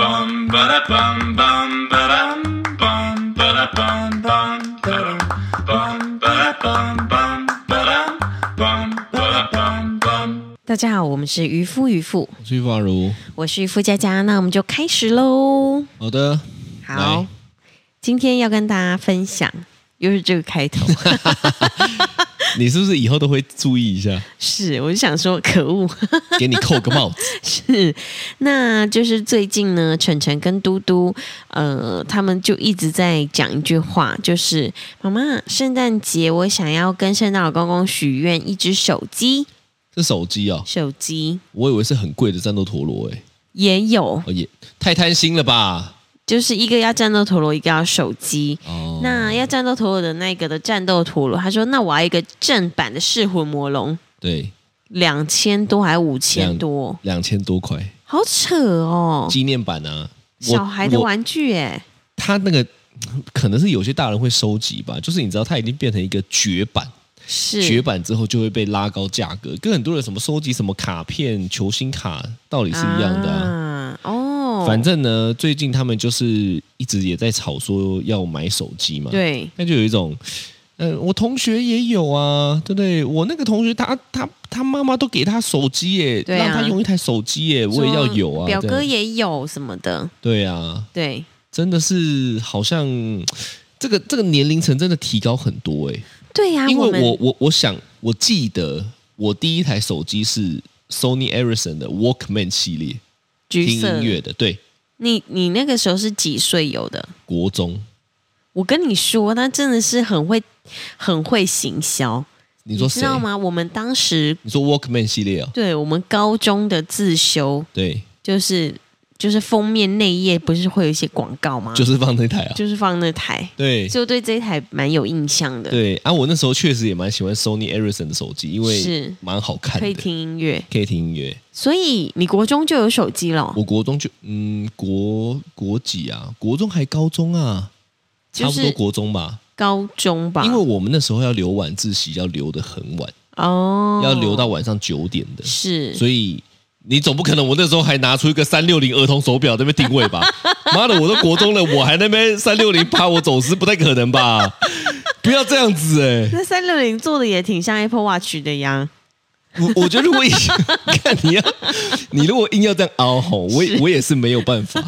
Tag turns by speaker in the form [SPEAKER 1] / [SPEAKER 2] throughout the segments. [SPEAKER 1] bum ba da bum bum ba dum bum ba da bum bum ba dum bum ba da bum bum ba dum bum ba da bum bum.
[SPEAKER 2] 大家好，我们是渔夫渔妇，
[SPEAKER 3] 我是法如。
[SPEAKER 2] 我是渔夫佳佳，那我们就开始喽。
[SPEAKER 3] 好的，
[SPEAKER 2] 好
[SPEAKER 3] 来，
[SPEAKER 2] 今天要跟大家分享，又是这个开头，
[SPEAKER 3] 你是不是以后都会注意一下，
[SPEAKER 2] 是，我就想说，可恶，
[SPEAKER 3] 给你扣个帽子？
[SPEAKER 2] 是，那就是最近呢，晨晨跟嘟嘟，呃，他们就一直在讲一句话，就是妈妈，圣诞节我想要跟圣诞老公公许愿一只手机，
[SPEAKER 3] 是手机哦，
[SPEAKER 2] 手机
[SPEAKER 3] 我以为是很贵的战斗陀螺诶，
[SPEAKER 2] 也有，
[SPEAKER 3] 哦也太贪心了吧？
[SPEAKER 2] 就是一个要战斗陀螺，一个要手机，
[SPEAKER 3] 哦，
[SPEAKER 2] 那要战斗陀螺的那个的战斗陀螺，他说：“那我要一个正版的噬魂魔龙，
[SPEAKER 3] 对，
[SPEAKER 2] 两千多还五千多，
[SPEAKER 3] 两千多块
[SPEAKER 2] 好扯哦！
[SPEAKER 3] 纪念版啊，我
[SPEAKER 2] 小孩的
[SPEAKER 3] 我
[SPEAKER 2] 玩具哎，
[SPEAKER 3] 他那个可能是有些大人会收集吧，就是你知道它已经变成一个绝版，绝
[SPEAKER 2] 是
[SPEAKER 3] 版之后就会被拉高价格，跟很多人什么收集什么卡片、球星卡道理是一样的啊、
[SPEAKER 2] 啊哦，
[SPEAKER 3] 反正呢，最近他们就是一直也在吵说要买手机嘛，，
[SPEAKER 2] 对
[SPEAKER 3] 那就有一种，嗯、我同学也有啊，对不对？我那个同学他他他妈妈都给他手机耶，
[SPEAKER 2] 对啊
[SPEAKER 3] 让他用一台手机耶，我也要有啊，
[SPEAKER 2] 表
[SPEAKER 3] 这
[SPEAKER 2] 哥
[SPEAKER 3] 样
[SPEAKER 2] 也有什么的，
[SPEAKER 3] 对啊，
[SPEAKER 2] 对，
[SPEAKER 3] 真的是好像这个这个年龄层真的提高很多哎，
[SPEAKER 2] 对呀、
[SPEAKER 3] 因
[SPEAKER 2] 我
[SPEAKER 3] 为
[SPEAKER 2] 们
[SPEAKER 3] 我我我想我记得我第一台手机是 Sony Ericsson 的 Walkman 系列，
[SPEAKER 2] 橘
[SPEAKER 3] 听
[SPEAKER 2] 色
[SPEAKER 3] 音乐的，对，
[SPEAKER 2] 你你那个时候是几岁有的？
[SPEAKER 3] 国中。
[SPEAKER 2] 我跟你说，他真的是很会很会行销，
[SPEAKER 3] 你说
[SPEAKER 2] 知
[SPEAKER 3] 谁？
[SPEAKER 2] 道吗？我们当时
[SPEAKER 3] 你说 Walkman 系列哦，
[SPEAKER 2] 对我们高中的自修。
[SPEAKER 3] 对，
[SPEAKER 2] 就是就是封面内页不是会有一些广告吗？
[SPEAKER 3] 就是放那台啊，
[SPEAKER 2] 就是放那台，
[SPEAKER 3] 对
[SPEAKER 2] 所以我对这一台蛮有印象的，
[SPEAKER 3] 对啊，我那时候确实也蛮喜欢 Sony Ericsson 的手机，因
[SPEAKER 2] 是
[SPEAKER 3] 为蛮好看的，
[SPEAKER 2] 可以听音乐。
[SPEAKER 3] 可以听音乐。
[SPEAKER 2] 所以你国中就有手机了，哦
[SPEAKER 3] 我国中就嗯国国几啊？国中还高中啊？
[SPEAKER 2] 就
[SPEAKER 3] 差不多
[SPEAKER 2] 是
[SPEAKER 3] 国中吧，
[SPEAKER 2] 高中吧？
[SPEAKER 3] 因为我们那时候要留晚自习，要留的很晚，
[SPEAKER 2] 哦，
[SPEAKER 3] 要留到晚上九点的，
[SPEAKER 2] 是
[SPEAKER 3] 所以。你总不可能我那时候还拿出一个三六零儿童手表在那边定 位吧？妈的，我都国中了，我还那边三六零怕我走失，不太可能吧？不要这样子哎、
[SPEAKER 2] 那三六零做的也挺像 Apple Watch 的呀，
[SPEAKER 3] 我我觉得如果硬 看你要，你如果硬要这样凹吼，我也我也是没有办 法。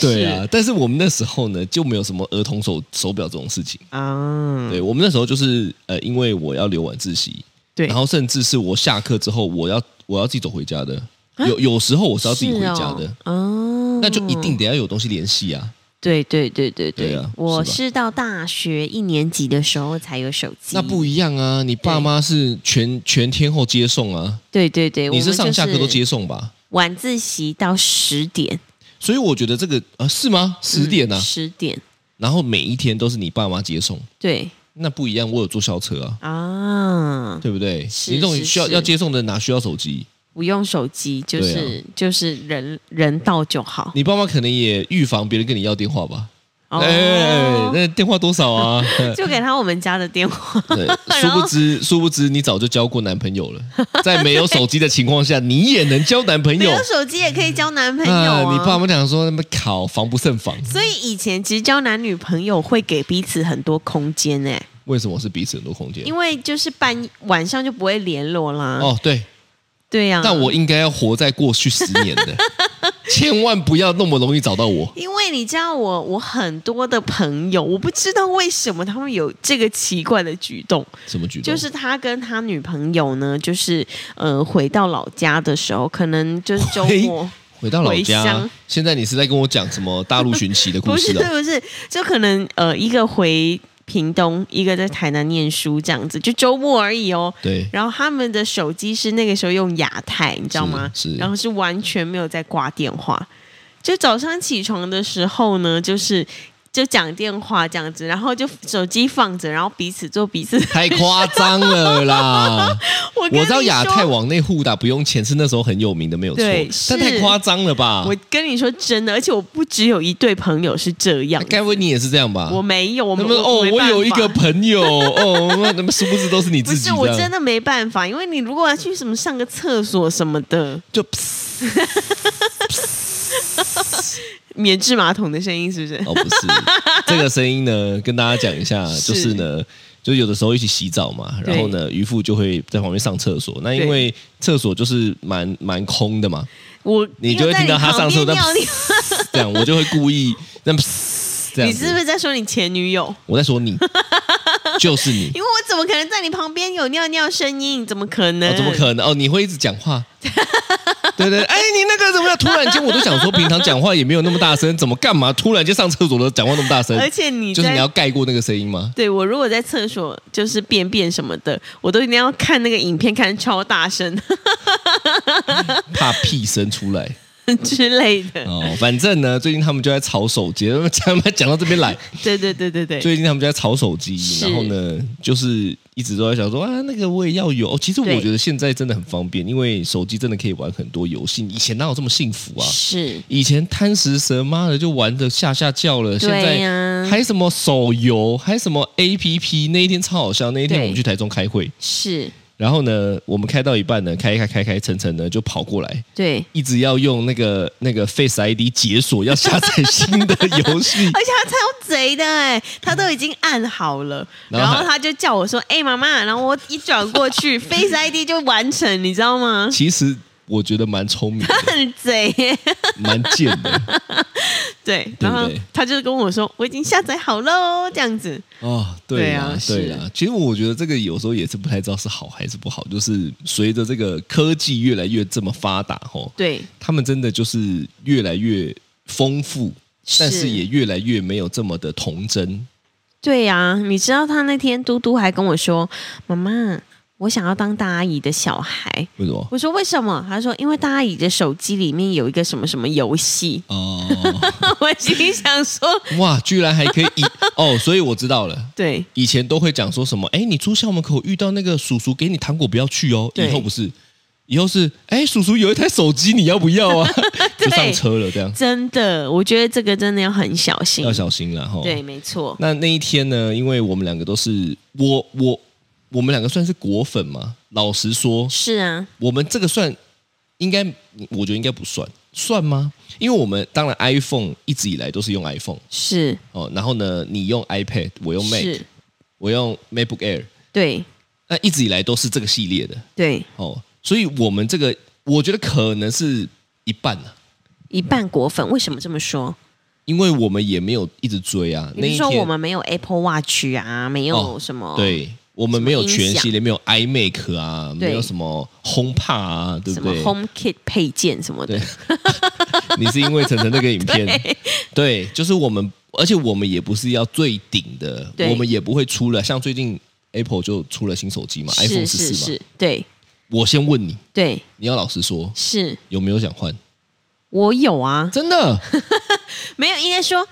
[SPEAKER 3] 对啊，但是我们那时候呢就没有什么儿童手手表这种事情。
[SPEAKER 2] 啊，
[SPEAKER 3] 对我们那时候就是呃，因为我要留晚自习，
[SPEAKER 2] 对
[SPEAKER 3] 然后甚至是我下课之后，我要我要自己走回家的。有有时候我是要自己回家的，
[SPEAKER 2] 啊是哦，嗯哦
[SPEAKER 3] 那就一定得要有东西联系啊。
[SPEAKER 2] 对对对对
[SPEAKER 3] 对啊
[SPEAKER 2] 我
[SPEAKER 3] 是吧
[SPEAKER 2] 是到大学一年级的时候才有手机，
[SPEAKER 3] 那不一样啊，你爸妈是全全天候接送啊，
[SPEAKER 2] 对对对，
[SPEAKER 3] 你
[SPEAKER 2] 我们
[SPEAKER 3] 是上下课
[SPEAKER 2] 就
[SPEAKER 3] 都
[SPEAKER 2] 是
[SPEAKER 3] 接送吧？
[SPEAKER 2] 晚自习到十点，
[SPEAKER 3] 所以我觉得这个啊是吗？
[SPEAKER 2] 嗯
[SPEAKER 3] 十点啊，
[SPEAKER 2] 十点，
[SPEAKER 3] 然后每一天都是你爸妈接送，
[SPEAKER 2] 对
[SPEAKER 3] 那不一样。我有坐校车啊，
[SPEAKER 2] 啊，
[SPEAKER 3] 对不对？
[SPEAKER 2] 是
[SPEAKER 3] 你这种
[SPEAKER 2] 是
[SPEAKER 3] 需要
[SPEAKER 2] 是
[SPEAKER 3] 要接送的哪需要手机？
[SPEAKER 2] 不用手机，就
[SPEAKER 3] 对啊
[SPEAKER 2] 是、就是人人到就好。
[SPEAKER 3] 你爸妈可能也预防别人跟你要电话吧？
[SPEAKER 2] 哦，
[SPEAKER 3] 哎哎，哎那电话多 少啊？
[SPEAKER 2] 就给他我们家的电话，
[SPEAKER 3] 对，
[SPEAKER 2] 哎
[SPEAKER 3] 殊不知殊不知你早就交过男朋友了，在没有手机的情况下， 你也能交男朋
[SPEAKER 2] 没
[SPEAKER 3] 友
[SPEAKER 2] 有手机也可以交男朋友啊。
[SPEAKER 3] 啊？你爸妈讲说他们考防不胜防，
[SPEAKER 2] 所以以前其实交男女朋友会给彼此很多空间诶、
[SPEAKER 3] 为什么是彼此很多空间？
[SPEAKER 2] 因为就是半晚上就不会联络啦。
[SPEAKER 3] 哦，对，
[SPEAKER 2] 对呀、啊，
[SPEAKER 3] 那我应该要活在过去十 年的，千万不要那么容易找到我。
[SPEAKER 2] 因为你知道我，我很多的朋友，我不知道为什么他们有这个奇怪的举动，
[SPEAKER 3] 什么举动？
[SPEAKER 2] 就是他跟他女朋友呢，就是呃，回到老家的时候，可能就是周末，
[SPEAKER 3] 回到老
[SPEAKER 2] 回
[SPEAKER 3] 家
[SPEAKER 2] 乡，
[SPEAKER 3] 现在你是在跟我讲什么大陆寻奇的故
[SPEAKER 2] 不是
[SPEAKER 3] 事啊？
[SPEAKER 2] 不是，就可能呃，一个回屏东，一个在台南念书，这样子，就周末而已哦。
[SPEAKER 3] 对，
[SPEAKER 2] 然后他们的手机是那个时候用亚太，你知道吗？
[SPEAKER 3] 是是
[SPEAKER 2] 然后是完全没有在挂电话，就早上起床的时候呢，就是就讲电话这样子，然后就手机放着，然后彼此做彼此。
[SPEAKER 3] 太夸张了啦！
[SPEAKER 2] 我跟
[SPEAKER 3] 我知道
[SPEAKER 2] 你
[SPEAKER 3] 亚
[SPEAKER 2] 说
[SPEAKER 3] 太往内互打不用钱是那时候很有名的，没有错
[SPEAKER 2] 对，是
[SPEAKER 3] 但太夸张了吧？
[SPEAKER 2] 我跟你说真的，而且我不只有一对朋友是这样子，
[SPEAKER 3] 该不会你也是这样吧？
[SPEAKER 2] 我没有，我
[SPEAKER 3] 啊那
[SPEAKER 2] 们
[SPEAKER 3] 么哦，
[SPEAKER 2] 没
[SPEAKER 3] 我
[SPEAKER 2] 办
[SPEAKER 3] 有一
[SPEAKER 2] 法
[SPEAKER 3] 个 朋友哦，那那么殊不知都是你
[SPEAKER 2] 不
[SPEAKER 3] 自己
[SPEAKER 2] 是我真
[SPEAKER 3] 的，
[SPEAKER 2] 的没办法，因为你如果要去什么上个厕所什么的，
[SPEAKER 3] 就
[SPEAKER 2] 免治马桶的声音是不是？
[SPEAKER 3] 哦，不是，这个声音呢，跟大家讲一下，
[SPEAKER 2] 是
[SPEAKER 3] 就是呢，就有的时候一起洗澡嘛，
[SPEAKER 2] 对
[SPEAKER 3] 然后呢，渔夫就会在旁边上厕所。那因为厕所就是蛮蛮空的嘛，
[SPEAKER 2] 我
[SPEAKER 3] 你就会听到他上
[SPEAKER 2] 厕
[SPEAKER 3] 厕所在
[SPEAKER 2] 尿尿，
[SPEAKER 3] 这样我就会故意那么这样
[SPEAKER 2] 你
[SPEAKER 3] 子。
[SPEAKER 2] 是不是在说你前女友？
[SPEAKER 3] 我在 说你，就是你。
[SPEAKER 2] 因为我怎么可能在你旁边有尿尿声音？怎么可能？
[SPEAKER 3] 哦，怎么可能？哦，你会一直讲 话，对对，哎，你那个怎么样？突然间，我都想说，平常讲话也没有那么大声，怎么干嘛？突然间上厕所都讲话那么大声，
[SPEAKER 2] 而且你在
[SPEAKER 3] 就是你要盖过那个声音吗？
[SPEAKER 2] 对我如果在厕所就是便便什么的，我都一定要看那个影片，看超大声
[SPEAKER 3] 怕屁声出来
[SPEAKER 2] 之类的。
[SPEAKER 3] 哦。反正呢，最近他们就在吵手机，讲讲到这边来，
[SPEAKER 2] 对对对对对，
[SPEAKER 3] 最近他们就在吵手机，
[SPEAKER 2] 是
[SPEAKER 3] 然后呢，就是一直都在想说啊，那个我也要有。哦，其实我
[SPEAKER 2] 对
[SPEAKER 3] 觉得现在真的很方便，因为手机真的可以玩很多游戏，以前哪有这么幸福啊？
[SPEAKER 2] 是
[SPEAKER 3] 以前贪食蛇妈的就玩的吓吓叫了，现
[SPEAKER 2] 对呀
[SPEAKER 3] 在还什么手游，还什么 A P P，那一天超好笑。那一天
[SPEAKER 2] 对
[SPEAKER 3] 我们去台中开会，
[SPEAKER 2] 是，
[SPEAKER 3] 然后呢，我们开到一半呢，开一开开开，晨晨呢就跑过来，
[SPEAKER 2] 对，
[SPEAKER 3] 一直要用那个那个 Face ID 解锁，要下载新的 游戏。
[SPEAKER 2] 而且他超贼的哎、他都已经按好了，
[SPEAKER 3] 然
[SPEAKER 2] 然
[SPEAKER 3] 后还
[SPEAKER 2] 后他就叫我说：“哎、妈妈。”然后我一转过 去，Face ID 就完成，你知道吗？
[SPEAKER 3] 其实我觉得蛮聪明的，
[SPEAKER 2] 很贼 耶、
[SPEAKER 3] 蛮贱 的
[SPEAKER 2] 对，
[SPEAKER 3] 对
[SPEAKER 2] 然后
[SPEAKER 3] 对
[SPEAKER 2] 他就跟我说：“我已经下载好喽。”这样子，
[SPEAKER 3] 哦。对啊，
[SPEAKER 2] 对啊
[SPEAKER 3] 对啊。其实我觉得这个有时候也是不太知道是好还是不好，就是随着这个科技越来越这么发达，吼，
[SPEAKER 2] 对，
[SPEAKER 3] 他们真的就是越来越丰富，但是也越来越没有这么的童真。
[SPEAKER 2] 对呀、你知道他那天嘟嘟还跟我说：“妈妈，我想要当大阿姨的小孩。
[SPEAKER 3] 为什”么？
[SPEAKER 2] 我说：“为什么？”他说：“因为大阿姨的手机里面有一个什么什么游戏。
[SPEAKER 3] 哦，”
[SPEAKER 2] 我心里想说
[SPEAKER 3] 哇，居然还可以以 哦，所以我知道了。：“
[SPEAKER 2] 对，
[SPEAKER 3] 以前都会讲说什么，哎，你出校门口遇到那个叔叔给你糖果不要去哦。
[SPEAKER 2] 对
[SPEAKER 3] 以后不是，以后是，哎，叔叔有一台手机，你要不要 啊？就上车了，这样
[SPEAKER 2] 真的，我觉得这个真的要很小心
[SPEAKER 3] 要。小心了哈。吼
[SPEAKER 2] 嗯对，，没错，
[SPEAKER 3] 那那一天呢，因为我们两个都是我我我们两个算是果粉嘛，老实说，
[SPEAKER 2] 是啊，
[SPEAKER 3] 我们这个算应该，我觉得应该不算，算吗？因为我们当然 iPhone 一直以来都是用 iPhone
[SPEAKER 2] 是
[SPEAKER 3] 哦，然后呢，你用 iPad，我用 Mac，
[SPEAKER 2] 是，
[SPEAKER 3] 我用 MacBook Air，
[SPEAKER 2] 对
[SPEAKER 3] 那一直以来都是这个系列的
[SPEAKER 2] 对，
[SPEAKER 3] 哦，所以我们这个我觉得可能是一半啊，
[SPEAKER 2] 一半果粉。为什么这么说？
[SPEAKER 3] 因为我们也没有一直追啊。那
[SPEAKER 2] 比如
[SPEAKER 3] 一
[SPEAKER 2] 说
[SPEAKER 3] 天
[SPEAKER 2] 我们没有 Apple Watch 啊，没有
[SPEAKER 3] 哦
[SPEAKER 2] 什么、
[SPEAKER 3] 对。我们没有
[SPEAKER 2] 什么音
[SPEAKER 3] 全
[SPEAKER 2] 响
[SPEAKER 3] 系列，没有 iMac 啊，
[SPEAKER 2] 对
[SPEAKER 3] 没有什么 HomePod 啊，对不
[SPEAKER 2] 什么
[SPEAKER 3] 对？
[SPEAKER 2] HomeKit 配件什么的
[SPEAKER 3] 对，你是因为晨晨那个影 片，对，就是我们，而且我们也不是要最顶的，
[SPEAKER 2] 对
[SPEAKER 3] 我们也不会出了，像最近 Apple 就出了新手机嘛，iPhone
[SPEAKER 2] 是
[SPEAKER 3] 十
[SPEAKER 2] 是
[SPEAKER 3] 四嘛。
[SPEAKER 2] 是，对
[SPEAKER 3] 我先问你，
[SPEAKER 2] 对。
[SPEAKER 3] 你要老实说，
[SPEAKER 2] 是
[SPEAKER 3] 有没有想换？
[SPEAKER 2] 我有啊，
[SPEAKER 3] 真的，
[SPEAKER 2] 没有应该说，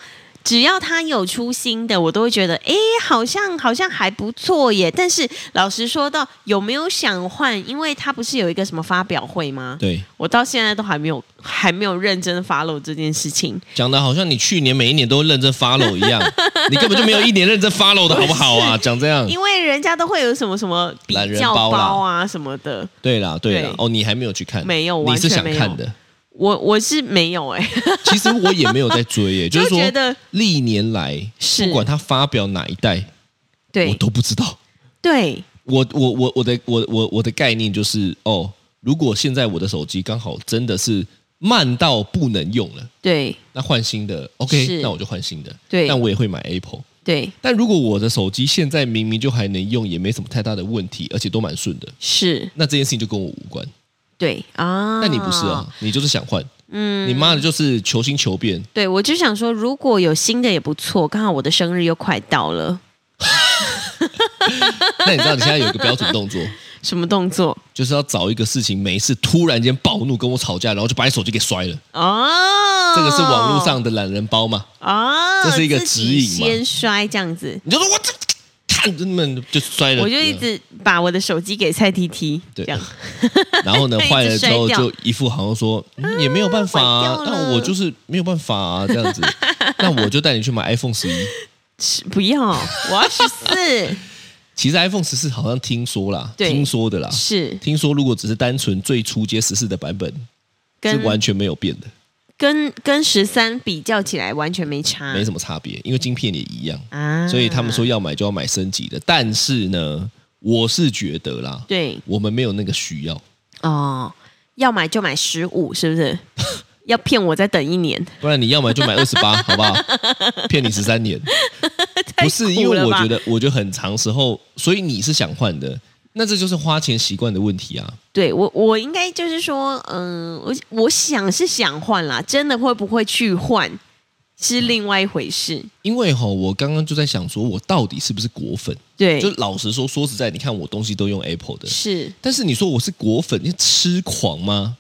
[SPEAKER 2] 只要他有出新的，我都会觉得，诶，好像好像还不错耶。但是老实说到有没有想换，因为他不是有一个什么发表会吗？
[SPEAKER 3] 对，
[SPEAKER 2] 我到现在都还没有还没有认真 follow 这件事情，
[SPEAKER 3] 讲的好像你去年每一年都认真 follow 一样， 你根本就没有一年认真 follow 的好不好啊？讲这样，
[SPEAKER 2] 因为人家都会有什么什么比
[SPEAKER 3] 懒人
[SPEAKER 2] 较
[SPEAKER 3] 包啦
[SPEAKER 2] 包啊什么的，
[SPEAKER 3] 对啦，对啦
[SPEAKER 2] 对，
[SPEAKER 3] 哦，你还没有去看，
[SPEAKER 2] 没有
[SPEAKER 3] 你
[SPEAKER 2] 完
[SPEAKER 3] 是
[SPEAKER 2] 全
[SPEAKER 3] 想
[SPEAKER 2] 没有
[SPEAKER 3] 看的。
[SPEAKER 2] 我我是没有哎、
[SPEAKER 3] 其实我也没有在追 耶，就是
[SPEAKER 2] 就觉
[SPEAKER 3] 说
[SPEAKER 2] 得
[SPEAKER 3] 历年来，
[SPEAKER 2] 是
[SPEAKER 3] 不管他发表哪一代，我
[SPEAKER 2] 对
[SPEAKER 3] 都不知道。
[SPEAKER 2] 对
[SPEAKER 3] 我我我我的我我我的概念就是哦，如果现在我的手机刚好真的是慢到不能用了，
[SPEAKER 2] 对
[SPEAKER 3] 那换新的
[SPEAKER 2] 是
[SPEAKER 3] OK，那我就换新的。
[SPEAKER 2] 对
[SPEAKER 3] 但我也会买 Apple。
[SPEAKER 2] 对
[SPEAKER 3] 但如果我的手机现在明明就还能用，也没什么太大的问题，而且都蛮顺的，
[SPEAKER 2] 是，
[SPEAKER 3] 那这件事情就跟我无关。
[SPEAKER 2] 对啊，
[SPEAKER 3] 但你不是啊，你就是想换，嗯，你妈的就是求新求变，
[SPEAKER 2] 对，我就想说，如果有新的也不错，刚好我的生日又快到了，
[SPEAKER 3] 那你知道你现在有一个标准动作，
[SPEAKER 2] 什么动作？
[SPEAKER 3] 就是要找一个事情没事突然间暴怒跟我吵架，然后就把你手机给摔了。
[SPEAKER 2] 哦，
[SPEAKER 3] 这个是网络上的懒人包嘛？
[SPEAKER 2] 哦，
[SPEAKER 3] 这是一个
[SPEAKER 2] 自己
[SPEAKER 3] 指引嘛
[SPEAKER 2] 先摔这样子，
[SPEAKER 3] 你就说我这看根本就摔了，
[SPEAKER 2] 我就一直把我的手机给蔡 T T，这
[SPEAKER 3] 对
[SPEAKER 2] 样
[SPEAKER 3] 然后呢
[SPEAKER 2] 一直
[SPEAKER 3] 坏了之后
[SPEAKER 2] 摔掉
[SPEAKER 3] 就一副好像说、嗯也没有办法、啊
[SPEAKER 2] 坏，掉了
[SPEAKER 3] 那我就是没有办法啊 这样子，那我就带你去买 iPhone 十一。
[SPEAKER 2] 是不要，我要十四，
[SPEAKER 3] 其实 iPhone 十四好像听说啦，
[SPEAKER 2] 对
[SPEAKER 3] 听说的啦，
[SPEAKER 2] 是
[SPEAKER 3] 听说如果只是单纯最初阶十四的版本是
[SPEAKER 2] 跟
[SPEAKER 3] 完全没有变的，
[SPEAKER 2] 跟跟十三比较起来完全没差，
[SPEAKER 3] 没什么差别，因为晶片也一样，
[SPEAKER 2] 啊。
[SPEAKER 3] 所以他们说要买就要买升级的。但是呢，我是觉得啦，
[SPEAKER 2] 对
[SPEAKER 3] 我们没有那个需要，
[SPEAKER 2] 哦，要买就买十五，是不 是？要骗我再等一年，
[SPEAKER 3] 不然你要买就买二十八，好不好？骗你十 三年，不是因为我觉
[SPEAKER 2] 得
[SPEAKER 3] 得，我觉得很长时候，所以你是想换的，那这就是花钱习惯的问题啊。
[SPEAKER 2] 对我我应该就是说，嗯、我我想是想换啦，真的会不会去换是
[SPEAKER 3] 嗯
[SPEAKER 2] 另外一回事。
[SPEAKER 3] 因为哈、我刚刚就在想说，我到底是不是果粉？
[SPEAKER 2] 对，
[SPEAKER 3] 就老实说，说实在，你看我东西都用 Apple 的，
[SPEAKER 2] 是
[SPEAKER 3] 但是你说我是果粉，你痴狂吗？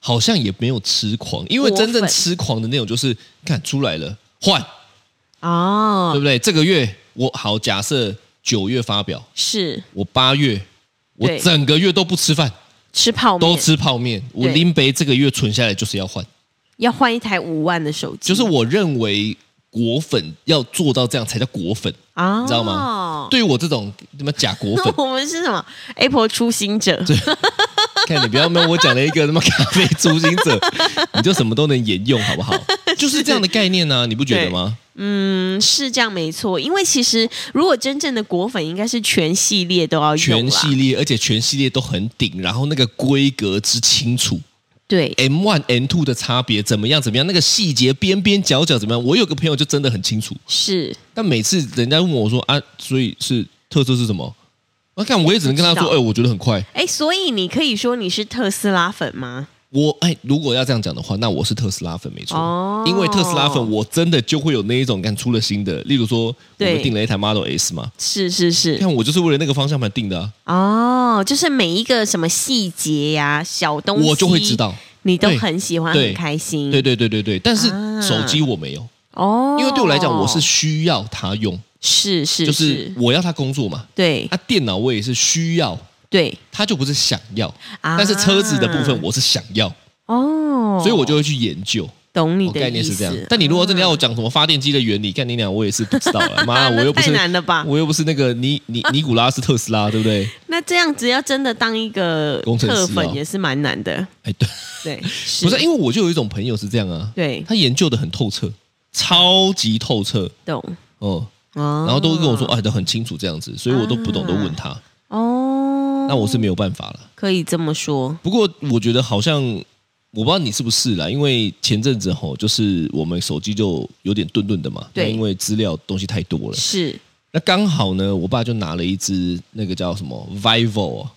[SPEAKER 3] 好像也没有痴狂，因为真
[SPEAKER 2] 果
[SPEAKER 3] 正
[SPEAKER 2] 粉
[SPEAKER 3] 痴狂的那种就是看出来了换，对
[SPEAKER 2] 哦，
[SPEAKER 3] 不对？这个月我好假设九月发表，
[SPEAKER 2] 是
[SPEAKER 3] 我八月我
[SPEAKER 2] 对
[SPEAKER 3] 整个月都不吃饭，
[SPEAKER 2] 吃泡面
[SPEAKER 3] 都吃泡面，我
[SPEAKER 2] 对
[SPEAKER 3] 林北这个月存下来就是要换，
[SPEAKER 2] 要换一台五万的手机，
[SPEAKER 3] 就是我认为果粉要做到这样才叫果粉，
[SPEAKER 2] 啊，
[SPEAKER 3] 你知道吗？对于我这种什么假果
[SPEAKER 2] ，
[SPEAKER 3] 粉
[SPEAKER 2] 我们是什么 Apple 初心者？
[SPEAKER 3] 看你不要问我讲了一个什么咖啡初心 者，你就什么都能沿用，好不好？就是这样的概念呢、你不觉得吗？
[SPEAKER 2] 嗯，是这样没错。因为其实如果真正的果粉，应该是全系列都要用
[SPEAKER 3] 全
[SPEAKER 2] 啦
[SPEAKER 3] 系列，而且全系列都很顶，然后那个规格之清楚
[SPEAKER 2] 对
[SPEAKER 3] ，M one、M two 的差别怎么样？怎么样？那个细节边边角角怎么样？我有个朋友就真的很清楚，
[SPEAKER 2] 是
[SPEAKER 3] 但每次人家问我说啊，所以是特色是什么？我、看我也只能跟他说，
[SPEAKER 2] 不
[SPEAKER 3] 哎、
[SPEAKER 2] 知道
[SPEAKER 3] 我觉得很快。
[SPEAKER 2] 哎，所以你可以说你是特斯拉粉吗？
[SPEAKER 3] 我哎，如果要这样讲的话，那我是特斯拉粉没错，
[SPEAKER 2] 哦
[SPEAKER 3] 因为特斯拉粉我真的就会有那一种，看出了新的，例如说我
[SPEAKER 2] 对
[SPEAKER 3] 们订了一台 Model S 嘛，
[SPEAKER 2] 是是是，
[SPEAKER 3] 看我就是为了那个方向盘订的、啊，
[SPEAKER 2] 哦，就是每一个什么细节呀、小东西，
[SPEAKER 3] 我就会知，道。
[SPEAKER 2] 你都
[SPEAKER 3] 对
[SPEAKER 2] 很喜欢，
[SPEAKER 3] 对
[SPEAKER 2] 很开心。
[SPEAKER 3] 对对对对对，但是
[SPEAKER 2] 啊
[SPEAKER 3] 手机我没有，
[SPEAKER 2] 哦，
[SPEAKER 3] 因为对我来讲我是需要它用，
[SPEAKER 2] 是是
[SPEAKER 3] 就是我要它工作嘛。
[SPEAKER 2] 对
[SPEAKER 3] 啊，电脑我也是需要，
[SPEAKER 2] 对，
[SPEAKER 3] 它就不是想要。
[SPEAKER 2] 啊
[SPEAKER 3] 但是车子的部分我是想要，
[SPEAKER 2] 哦，
[SPEAKER 3] 所以我就会去研究。
[SPEAKER 2] 懂你
[SPEAKER 3] 我
[SPEAKER 2] 的
[SPEAKER 3] 概念
[SPEAKER 2] 意
[SPEAKER 3] 是这样
[SPEAKER 2] 思，
[SPEAKER 3] 但你如果真的要我讲什么发电机的原理，干你俩我也是不知道 了。妈，
[SPEAKER 2] 啊那
[SPEAKER 3] 我又不是
[SPEAKER 2] 太难了吧？
[SPEAKER 3] 我又不是那个 尼尼尼古拉斯特斯拉，对不对？
[SPEAKER 2] 那这样子要真的当一个
[SPEAKER 3] 工程师
[SPEAKER 2] 特
[SPEAKER 3] 哦
[SPEAKER 2] 粉也是蛮难的，
[SPEAKER 3] 哎，对，
[SPEAKER 2] 对，是
[SPEAKER 3] 不是，因为我就有一种朋友是这样啊，
[SPEAKER 2] 对
[SPEAKER 3] 他研究的很透彻，超级透彻
[SPEAKER 2] 懂
[SPEAKER 3] 哦，
[SPEAKER 2] 哦，
[SPEAKER 3] 然后都跟我说，哎，都很清楚这样子，所以我都不懂都问他，
[SPEAKER 2] 哦，
[SPEAKER 3] 那我是没有办法了。
[SPEAKER 2] 可以这么说，
[SPEAKER 3] 不过我觉得好像我不知道你是不是啦，因为前阵子吼，就是我们手机就有点顿顿的嘛，
[SPEAKER 2] 对
[SPEAKER 3] 那因为资料东西太多了，
[SPEAKER 2] 是
[SPEAKER 3] 那刚好呢，我爸就拿了一只那个叫什么 Vivo，啊